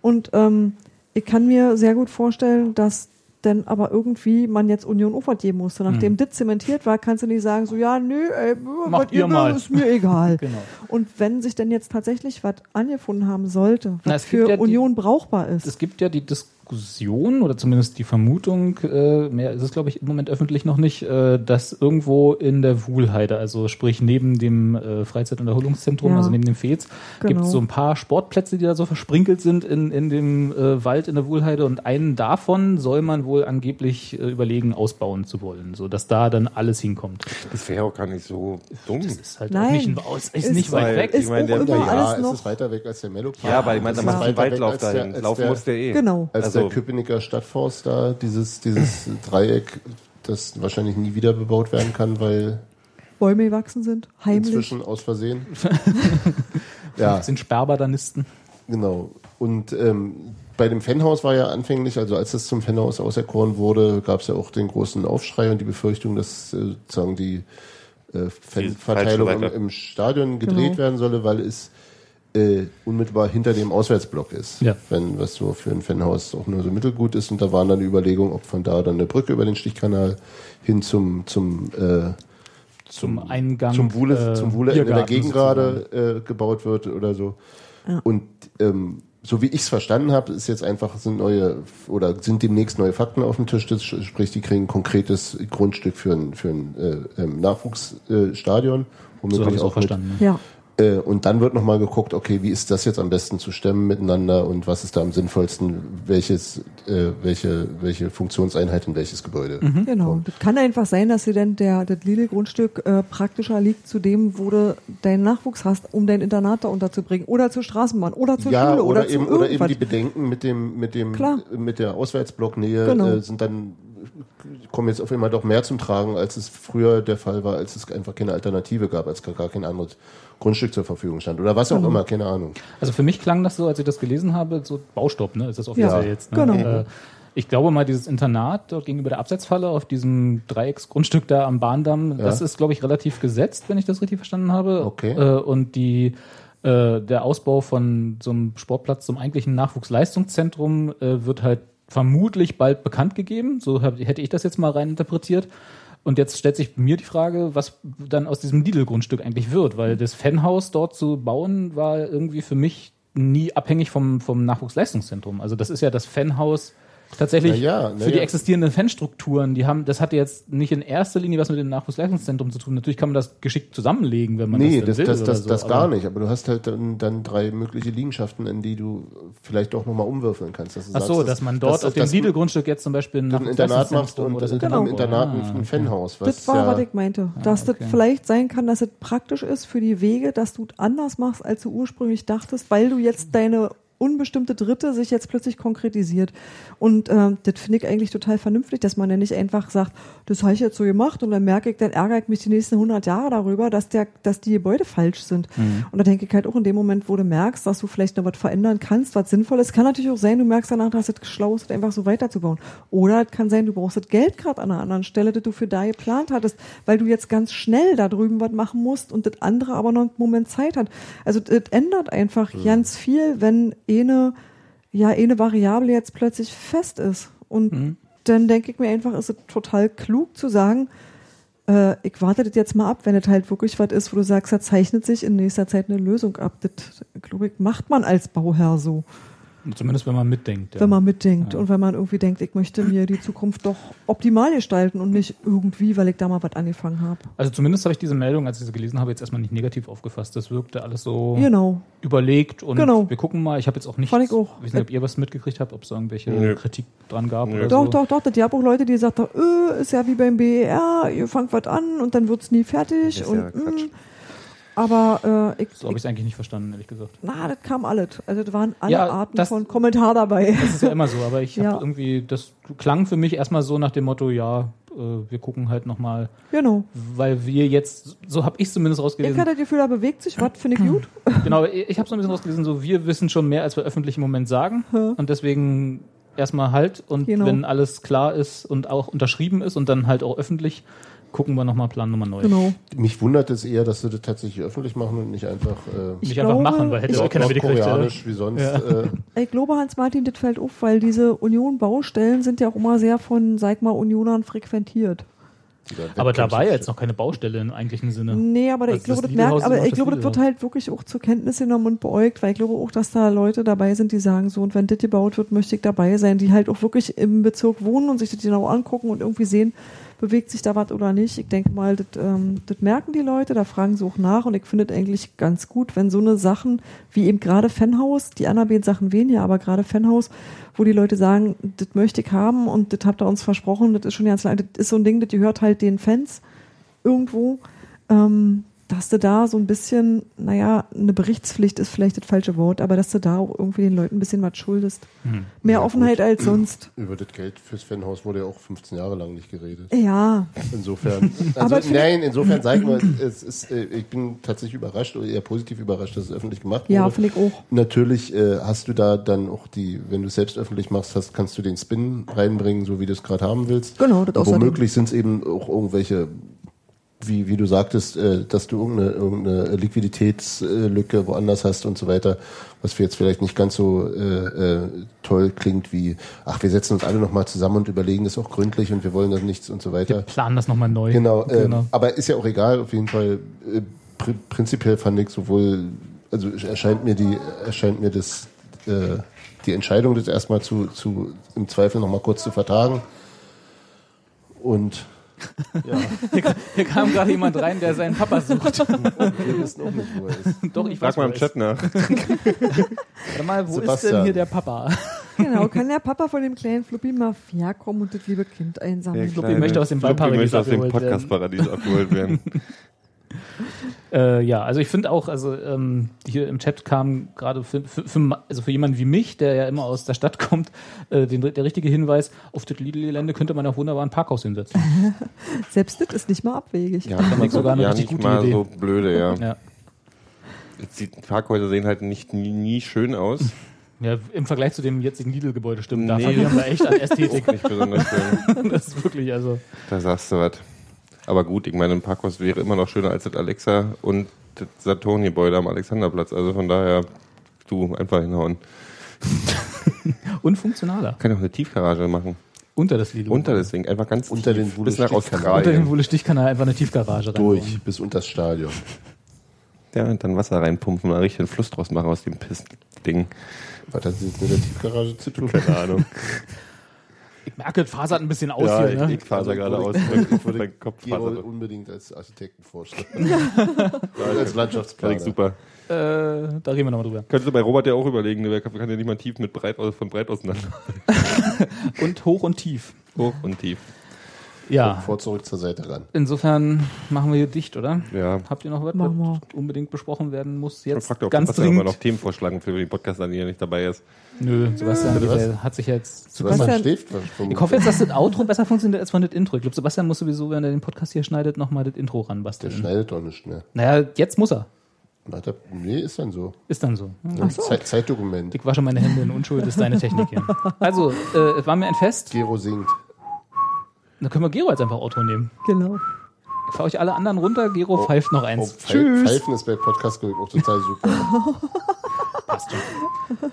[SPEAKER 2] Und ähm, ich kann mir sehr gut vorstellen, dass denn aber irgendwie man jetzt Union Ufert geben musste. Nachdem das zementiert war, kannst du nicht sagen, so ja, nö, ey, was
[SPEAKER 5] ihr
[SPEAKER 2] ihr will,
[SPEAKER 5] mal.
[SPEAKER 2] ist mir egal.
[SPEAKER 5] Genau.
[SPEAKER 2] Und wenn sich denn jetzt tatsächlich was angefunden haben sollte,
[SPEAKER 5] Na,
[SPEAKER 2] was
[SPEAKER 5] es gibt
[SPEAKER 2] für
[SPEAKER 5] ja die-
[SPEAKER 2] Union brauchbar ist,
[SPEAKER 5] Es gibt ja die Diskussion oder zumindest die Vermutung, äh, mehr ist es glaube ich im Moment öffentlich noch nicht, äh, dass irgendwo in der Wuhlheide, also sprich neben dem äh, Freizeit- und Erholungszentrum,
[SPEAKER 2] Ja.
[SPEAKER 5] also neben dem Fez,
[SPEAKER 2] Genau.
[SPEAKER 5] gibt es so ein paar Sportplätze, die da so versprinkelt sind in, in dem äh, Wald in der Wuhlheide und einen davon soll man wohl angeblich äh, überlegen, ausbauen zu wollen, sodass da dann alles hinkommt.
[SPEAKER 4] Das wäre auch gar nicht so dumm.
[SPEAKER 5] Das ist halt auch
[SPEAKER 2] Nein.
[SPEAKER 5] nicht, ein Aus, ist
[SPEAKER 2] Ist-
[SPEAKER 5] nicht weit
[SPEAKER 4] Weil-
[SPEAKER 5] weg.
[SPEAKER 4] ich
[SPEAKER 2] ist
[SPEAKER 4] meine,
[SPEAKER 2] auch
[SPEAKER 4] der-
[SPEAKER 2] immer
[SPEAKER 4] Ja,
[SPEAKER 2] alles
[SPEAKER 3] es
[SPEAKER 2] noch.
[SPEAKER 3] ist weiter weg als der Mellow Park.
[SPEAKER 4] Ja, aber ich meine, da
[SPEAKER 3] Es
[SPEAKER 2] Ja.
[SPEAKER 3] ist
[SPEAKER 4] machst du einen
[SPEAKER 3] weiter weg
[SPEAKER 4] Waldlauf
[SPEAKER 3] als der-
[SPEAKER 4] dahin.
[SPEAKER 3] als
[SPEAKER 4] Laufen
[SPEAKER 3] der-
[SPEAKER 4] musst du eh.
[SPEAKER 2] Genau.
[SPEAKER 3] Als
[SPEAKER 4] Also-
[SPEAKER 3] der Köpenicker Stadtforst da, dieses, dieses Dreieck, das wahrscheinlich nie wieder bebaut werden kann, weil
[SPEAKER 2] Bäume gewachsen sind, heimlich.
[SPEAKER 3] inzwischen aus Versehen. ja,
[SPEAKER 5] Das sind Sperrbadanisten.
[SPEAKER 3] genau. Und ähm, bei dem Fanhaus war ja anfänglich, also als es zum Fanhaus auserkoren wurde, gab es ja auch den großen Aufschrei und die Befürchtung, dass äh, sozusagen die äh, Fanverteilung
[SPEAKER 4] falsche
[SPEAKER 3] im,
[SPEAKER 4] Seite.
[SPEAKER 3] im Stadion gedreht
[SPEAKER 2] Genau.
[SPEAKER 3] werden solle, weil es äh, unmittelbar hinter dem Auswärtsblock ist.
[SPEAKER 5] Ja.
[SPEAKER 3] Wenn was so für ein Fanhaus auch nur so mittelgut ist. Und da waren dann die Überlegungen, ob von da dann eine Brücke über den Stichkanal hin zum zum äh,
[SPEAKER 5] Zum Eingang,
[SPEAKER 3] zum Wuhle,
[SPEAKER 5] äh,
[SPEAKER 3] zum Wuhle in der
[SPEAKER 5] Biergarten
[SPEAKER 3] Gegengrade äh, gebaut wird oder so.
[SPEAKER 2] Ja.
[SPEAKER 3] Und ähm, so wie ich es verstanden habe, ist jetzt einfach sind neue oder sind demnächst neue Fakten auf dem Tisch. Das sch- sprich, die kriegen ein konkretes Grundstück für ein für ein äh, Nachwuchsstadion. Äh, Stadion, womöglich
[SPEAKER 5] So habe ich es auch
[SPEAKER 3] mit-
[SPEAKER 5] verstanden. ne?
[SPEAKER 2] Ja.
[SPEAKER 3] äh, und dann wird nochmal geguckt, okay, wie ist das jetzt am besten zu stemmen miteinander und was ist da am sinnvollsten, welches, äh, welche, welche Funktionseinheit in welches Gebäude.
[SPEAKER 5] Mhm. Hm?
[SPEAKER 2] Genau. Das kann einfach sein, dass dir dann der, das Lidl-Grundstück äh, praktischer liegt zu dem, wo du deinen Nachwuchs hast, um dein Internat da unterzubringen. Oder zur Straßenbahn oder zur
[SPEAKER 3] Ja,
[SPEAKER 2] Schule oder,
[SPEAKER 3] oder,
[SPEAKER 2] zu
[SPEAKER 3] eben, oder
[SPEAKER 2] irgendwas.
[SPEAKER 3] eben die Bedenken mit dem, mit dem,
[SPEAKER 2] Klar.
[SPEAKER 3] mit der Auswärtsblocknähe
[SPEAKER 2] Genau.
[SPEAKER 3] äh, sind dann, kommen jetzt auf einmal doch mehr zum Tragen, als es früher der Fall war, als es einfach keine Alternative gab, als gar kein anderes Grundstück zur Verfügung stand oder was auch
[SPEAKER 2] Genau.
[SPEAKER 3] immer, keine Ahnung.
[SPEAKER 5] Also für mich klang das so, als ich das gelesen habe, so Baustopp, ne? Ist das offiziell
[SPEAKER 2] Ja,
[SPEAKER 5] jetzt? Ne?
[SPEAKER 2] genau.
[SPEAKER 5] Äh, ich glaube mal, dieses Internat dort gegenüber der Abseitsfalle auf diesem Dreiecksgrundstück da am Bahndamm, das ist, glaube ich, relativ gesetzt, wenn ich das richtig verstanden habe.
[SPEAKER 3] Okay.
[SPEAKER 5] Äh, und die äh, der Ausbau von so einem Sportplatz zum eigentlichen Nachwuchsleistungszentrum äh, wird halt vermutlich bald bekannt gegeben. So hab, hätte ich das jetzt mal rein interpretiert. Und jetzt stellt sich mir die Frage, was dann aus diesem Lidl-Grundstück eigentlich wird, weil das Fanhaus dort zu bauen war irgendwie für mich nie abhängig vom, vom Nachwuchsleistungszentrum. Also das ist ja das Fanhaus tatsächlich
[SPEAKER 3] Na ja, na
[SPEAKER 5] für die
[SPEAKER 3] ja.
[SPEAKER 5] existierenden Fanstrukturen. Die haben, das hatte jetzt nicht in erster Linie was mit dem Nachwuchsleistungszentrum zu tun. Natürlich kann man das geschickt zusammenlegen, wenn man
[SPEAKER 3] Nee,
[SPEAKER 5] denn
[SPEAKER 3] das,
[SPEAKER 5] will
[SPEAKER 3] das,
[SPEAKER 5] oder
[SPEAKER 3] das,
[SPEAKER 5] so,
[SPEAKER 3] das gar
[SPEAKER 5] aber-
[SPEAKER 3] nicht. Aber du hast halt dann, dann drei mögliche Liegenschaften, in die du vielleicht doch nochmal umwürfeln kannst. Dass du
[SPEAKER 5] Ach so,
[SPEAKER 3] sagst,
[SPEAKER 5] dass man dort auf dem
[SPEAKER 3] dass du
[SPEAKER 5] Lidl-Grundstück jetzt zum Beispiel ein
[SPEAKER 3] ein Internat machst
[SPEAKER 5] Nachwuchsleistungszentrum
[SPEAKER 3] und das
[SPEAKER 5] so.
[SPEAKER 3] in
[SPEAKER 2] Genau.
[SPEAKER 3] dem Internat
[SPEAKER 5] Ah,
[SPEAKER 3] ein-
[SPEAKER 5] okay.
[SPEAKER 3] ein Fanhaus. Was
[SPEAKER 2] Das war,
[SPEAKER 3] ja,
[SPEAKER 2] was ich meinte.
[SPEAKER 5] Ah,
[SPEAKER 2] Dass
[SPEAKER 5] okay.
[SPEAKER 2] das vielleicht sein kann, dass es praktisch ist für die Wege, dass du es anders machst, als du ursprünglich dachtest, weil du jetzt deine unbestimmte Dritte sich jetzt plötzlich konkretisiert. Und äh, das finde ich eigentlich total vernünftig, dass man ja nicht einfach sagt, das habe ich jetzt so gemacht und dann merke ich, dann ärgere ich mich die nächsten 100 Jahre darüber, dass, der, dass die Gebäude falsch sind. Und da denke ich halt auch in dem Moment, wo du merkst, dass du vielleicht noch was verändern kannst, was sinnvoll ist, kann natürlich auch sein, du merkst danach, dass es schlau ist, das einfach so weiterzubauen. Oder es kann sein, du brauchst das Geld gerade an einer anderen Stelle, das du für da geplant hattest, weil du jetzt ganz schnell da drüben was machen musst und das andere aber noch einen Moment Zeit hat. Also das ändert einfach ganz viel, wenn eine, ja, eine Variable jetzt plötzlich fest ist. Und dann denke ich mir einfach, ist es total klug zu sagen, äh, ich warte das jetzt mal ab, wenn das halt wirklich was ist, wo du sagst, da zeichnet sich in nächster Zeit eine Lösung ab. Das, glaube ich, macht man als Bauherr so,
[SPEAKER 5] Zumindest wenn man mitdenkt. Ja.
[SPEAKER 2] wenn man mitdenkt
[SPEAKER 5] Ja.
[SPEAKER 2] und wenn man irgendwie denkt, ich möchte mir die Zukunft doch optimal gestalten und nicht irgendwie, weil ich da mal was angefangen habe.
[SPEAKER 5] also zumindest habe ich diese Meldung, als ich sie gelesen habe, jetzt erstmal nicht negativ aufgefasst. Das wirkte alles so
[SPEAKER 2] Genau.
[SPEAKER 5] überlegt und
[SPEAKER 2] Genau.
[SPEAKER 5] wir gucken mal. Ich habe jetzt auch nicht,
[SPEAKER 2] Fand ich auch.
[SPEAKER 5] weiß nicht, ob ihr was mitgekriegt habt, ob es da irgendwelche
[SPEAKER 4] Nö.
[SPEAKER 5] Kritik dran gab
[SPEAKER 4] Nö.
[SPEAKER 5] oder
[SPEAKER 2] Doch,
[SPEAKER 5] so.
[SPEAKER 2] doch, doch. Die haben auch Leute, die gesagt haben, öh, ist ja wie beim BER, ihr fangt was an und dann wird's nie fertig.
[SPEAKER 4] Das ist
[SPEAKER 2] und,
[SPEAKER 4] ja Quatsch.
[SPEAKER 2] mm. aber äh, ich,
[SPEAKER 5] So habe ich es eigentlich nicht verstanden, ehrlich gesagt.
[SPEAKER 2] na, das kam alles. Also das waren alle
[SPEAKER 5] Ja,
[SPEAKER 2] Arten
[SPEAKER 5] das-
[SPEAKER 2] von Kommentar dabei.
[SPEAKER 5] Das ist ja immer so, aber ich
[SPEAKER 2] Ja.
[SPEAKER 5] habe irgendwie, das klang für mich erstmal so nach dem Motto, ja, äh, wir gucken halt nochmal,
[SPEAKER 2] Genau.
[SPEAKER 5] weil wir jetzt, so habe ich zumindest
[SPEAKER 2] Ich
[SPEAKER 5] rausgelesen,
[SPEAKER 2] hatte das Gefühl, da bewegt sich was, finde ich gut.
[SPEAKER 5] Genau, ich habe so ein bisschen rausgelesen, so wir wissen schon mehr, als wir öffentlich im Moment sagen. Und deswegen erstmal halt und
[SPEAKER 2] Genau.
[SPEAKER 5] wenn alles klar ist und auch unterschrieben ist und dann halt auch öffentlich, gucken wir nochmal Plan Nummer neu.
[SPEAKER 2] Genau.
[SPEAKER 3] mich wundert es eher, dass du das tatsächlich öffentlich machen und nicht einfach äh,
[SPEAKER 5] Nicht
[SPEAKER 2] Ich
[SPEAKER 5] einfach
[SPEAKER 2] glaube,
[SPEAKER 5] machen, weil hätte
[SPEAKER 2] ich-
[SPEAKER 5] auch keiner mitgekriegt. oder?
[SPEAKER 3] koreanisch wie sonst.
[SPEAKER 5] Ja.
[SPEAKER 3] Äh,
[SPEAKER 2] Ich glaube, Hans-Martin, das fällt auf, weil diese Union-Baustellen sind ja auch immer sehr von, sag mal, Unionern frequentiert.
[SPEAKER 3] die da
[SPEAKER 5] Aber da
[SPEAKER 3] wegkommst.
[SPEAKER 5] war ja jetzt noch keine Baustelle im eigentlichen Sinne.
[SPEAKER 2] Nee, aber
[SPEAKER 5] Also
[SPEAKER 2] ich glaube,
[SPEAKER 5] das
[SPEAKER 2] das merkt,
[SPEAKER 5] Lidlhaus
[SPEAKER 2] aber
[SPEAKER 5] macht
[SPEAKER 2] ich
[SPEAKER 5] das
[SPEAKER 2] glaube, das wird
[SPEAKER 5] Lidlhaus.
[SPEAKER 2] halt wirklich auch zur Kenntnis genommen und beäugt, weil ich glaube auch, dass da Leute dabei sind, die sagen so, und wenn das gebaut wird, möchte ich dabei sein, die halt auch wirklich im Bezirk wohnen und sich das genau angucken und irgendwie sehen, bewegt sich da was oder nicht. Ich denke mal, das, ähm, das merken die Leute, da fragen sie auch nach und ich finde es eigentlich ganz gut, wenn so eine Sachen wie eben gerade Fanhaus, die anderen Sachen weniger, aber gerade Fanhaus, wo die Leute sagen, das möchte ich haben und das habt ihr uns versprochen, das ist schon ganz lange, das ist so ein Ding, das gehört halt den Fans irgendwo, ähm, dass du da so ein bisschen, naja, eine Berichtspflicht ist vielleicht das falsche Wort, aber dass du da auch irgendwie den Leuten ein bisschen was schuldest. Mehr
[SPEAKER 3] Ja,
[SPEAKER 2] Offenheit
[SPEAKER 3] gut.
[SPEAKER 2] als sonst.
[SPEAKER 3] Über das Geld fürs Fanhaus wurde ja auch 15 Jahre lang nicht geredet.
[SPEAKER 2] Ja,
[SPEAKER 3] Insofern. Also,
[SPEAKER 2] Aber vielleicht-
[SPEAKER 3] nein, insofern sagen wir, es ist, äh, ich bin tatsächlich überrascht oder eher positiv überrascht, dass es öffentlich gemacht wurde.
[SPEAKER 2] ja, finde ich auch.
[SPEAKER 3] Natürlich äh, hast du da dann auch die, wenn du es selbst öffentlich machst, hast, kannst du den Spin reinbringen, so wie du es gerade haben willst.
[SPEAKER 2] Genau, das außerdem.
[SPEAKER 3] Womöglich sind es eben auch irgendwelche, wie, wie du sagtest, äh, dass du irgendeine, irgendeine Liquiditätslücke woanders hast und so weiter, was für jetzt vielleicht nicht ganz so äh, äh, toll klingt wie, ach, wir setzen uns alle nochmal zusammen und überlegen das auch gründlich und wir wollen das nichts und so weiter.
[SPEAKER 5] Plan das nochmal neu.
[SPEAKER 3] Genau, äh, aber ist ja auch egal, auf jeden Fall. Äh, pri prinzipiell fand ich sowohl, also erscheint mir die, erscheint mir das, äh, die Entscheidung, das erstmal zu, zu im Zweifel nochmal kurz zu vertagen. Und
[SPEAKER 5] Hier kam gerade jemand rein, der seinen Papa sucht.
[SPEAKER 3] wir wissen auch nicht, wo er ist.
[SPEAKER 5] Doch, ich
[SPEAKER 4] Frag
[SPEAKER 5] weiß
[SPEAKER 4] mal im
[SPEAKER 5] wo er
[SPEAKER 4] Chat nach.
[SPEAKER 5] ist. Warte mal, wo ist denn
[SPEAKER 3] Sebastian.
[SPEAKER 5] hier der Papa?
[SPEAKER 2] Genau, kann der Papa von dem kleinen Fluppi mal herkommen und das liebe Kind einsammeln.
[SPEAKER 5] Fluppi möchte aus dem Weinparadies
[SPEAKER 4] möchte aus dem
[SPEAKER 5] abgeholt werden.
[SPEAKER 4] Podcastparadies abgeholt werden.
[SPEAKER 5] Äh, ja, also ich finde auch, also ähm, hier im Chat kam gerade für, für, für, ma- also für jemanden wie mich, der ja immer aus der Stadt kommt, äh, den, der richtige Hinweis, auf das Lidl-Gelände könnte man auch wunderbar ein Parkhaus hinsetzen.
[SPEAKER 2] Selbst das ist nicht mal abwegig.
[SPEAKER 4] Ja,
[SPEAKER 5] man sogar eine
[SPEAKER 4] ja,
[SPEAKER 5] richtig
[SPEAKER 4] nicht
[SPEAKER 5] gute
[SPEAKER 4] mal
[SPEAKER 5] Idee.
[SPEAKER 4] so blöde, ja.
[SPEAKER 5] Ja.
[SPEAKER 4] Jetzt Die Parkhäuser sehen halt nicht nie, nie schön aus.
[SPEAKER 5] ja, im Vergleich zu dem jetzigen Lidl-Gebäude stimmt, da
[SPEAKER 4] Nee. Oh.
[SPEAKER 5] verlieren wir echt an Ästhetik.
[SPEAKER 4] Auch nicht besonders schön.
[SPEAKER 5] Das ist wirklich, also
[SPEAKER 4] Da sagst du was. Aber gut, ich meine, ein Parkhaus wäre immer noch schöner als das Alexa und das Saturn-Gebäude am Alexanderplatz. Also von daher, du, einfach hinhauen.
[SPEAKER 5] Und funktionaler.
[SPEAKER 4] Kann auch eine Tiefgarage machen.
[SPEAKER 5] Unter das Lilo.
[SPEAKER 4] Unter das Ding, einfach ganz
[SPEAKER 3] Unter den
[SPEAKER 4] bis nach
[SPEAKER 3] Wulestich-Kanal.
[SPEAKER 5] Unter dem
[SPEAKER 4] Australien.
[SPEAKER 5] Wohle-Stichkanal einfach eine Tiefgarage
[SPEAKER 3] Durch,
[SPEAKER 5] reinbauen.
[SPEAKER 3] bis unter das Stadion.
[SPEAKER 4] Ja, und dann Wasser reinpumpen, dann richtig einen Fluss draus machen aus dem Piss-Ding.
[SPEAKER 3] Was hat das jetzt mit der Tiefgarage zu tun?
[SPEAKER 4] Keine Ahnung.
[SPEAKER 5] Ich merke, es fasert ein bisschen aus hier. Ne?
[SPEAKER 4] ich faser gerade aus.
[SPEAKER 3] Ich würde
[SPEAKER 4] Mein Kopf
[SPEAKER 3] Also Gero
[SPEAKER 4] fasert.
[SPEAKER 3] unbedingt als Architekten vorstellen. als Landschaftsplaner.
[SPEAKER 4] Klingt super.
[SPEAKER 5] Äh, da reden wir nochmal drüber.
[SPEAKER 4] Könntest du bei Robert ja auch überlegen, der kann ja nicht mal tief mit breit aus, von breit auseinander.
[SPEAKER 5] Und hoch und tief.
[SPEAKER 4] Hoch und tief.
[SPEAKER 5] Ja.
[SPEAKER 3] Vor zurück zur Seite ran.
[SPEAKER 5] Insofern machen wir hier dicht, oder?
[SPEAKER 4] Ja.
[SPEAKER 5] Habt ihr noch was,
[SPEAKER 2] Machen
[SPEAKER 5] was unbedingt besprochen werden muss?
[SPEAKER 4] Man
[SPEAKER 5] Jetzt
[SPEAKER 4] fragt auch,
[SPEAKER 5] ganz
[SPEAKER 4] was er immer
[SPEAKER 5] dringend.
[SPEAKER 4] noch Themen vorschlagen für den Podcast, an der nicht dabei ist.
[SPEAKER 5] Nö, Sebastian
[SPEAKER 3] Bitte was?
[SPEAKER 5] der hat sich jetzt zu
[SPEAKER 3] Was man
[SPEAKER 2] Sebastian-
[SPEAKER 3] steht, was vom-
[SPEAKER 5] Ich hoffe jetzt, dass das Outro besser funktioniert als von das Intro. Ich glaube, Sebastian muss sowieso, wenn er den Podcast hier schneidet, nochmal das Intro
[SPEAKER 3] der
[SPEAKER 5] ranbasteln.
[SPEAKER 3] schneidet doch nicht mehr.
[SPEAKER 5] Naja, jetzt muss er.
[SPEAKER 3] Und hat er- Nee, ist dann so.
[SPEAKER 5] Ist dann so.
[SPEAKER 2] Ach so.
[SPEAKER 3] Zeit, Zeitdokument.
[SPEAKER 5] Ich wasche meine Hände in Unschuld, ist deine Technik hier. Also, äh, es war mir ein Fest.
[SPEAKER 3] Gero singt.
[SPEAKER 5] Dann können wir Gero jetzt einfach Outro nehmen.
[SPEAKER 2] Genau.
[SPEAKER 5] Ich fahr euch alle anderen runter, Gero pfeift noch
[SPEAKER 3] Oh,
[SPEAKER 5] eins.
[SPEAKER 3] Pfei- Pfeifen ist bei Podcast glaube ich, auch total super.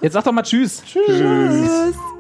[SPEAKER 5] Jetzt sag doch mal Tschüss.
[SPEAKER 2] Tschüss.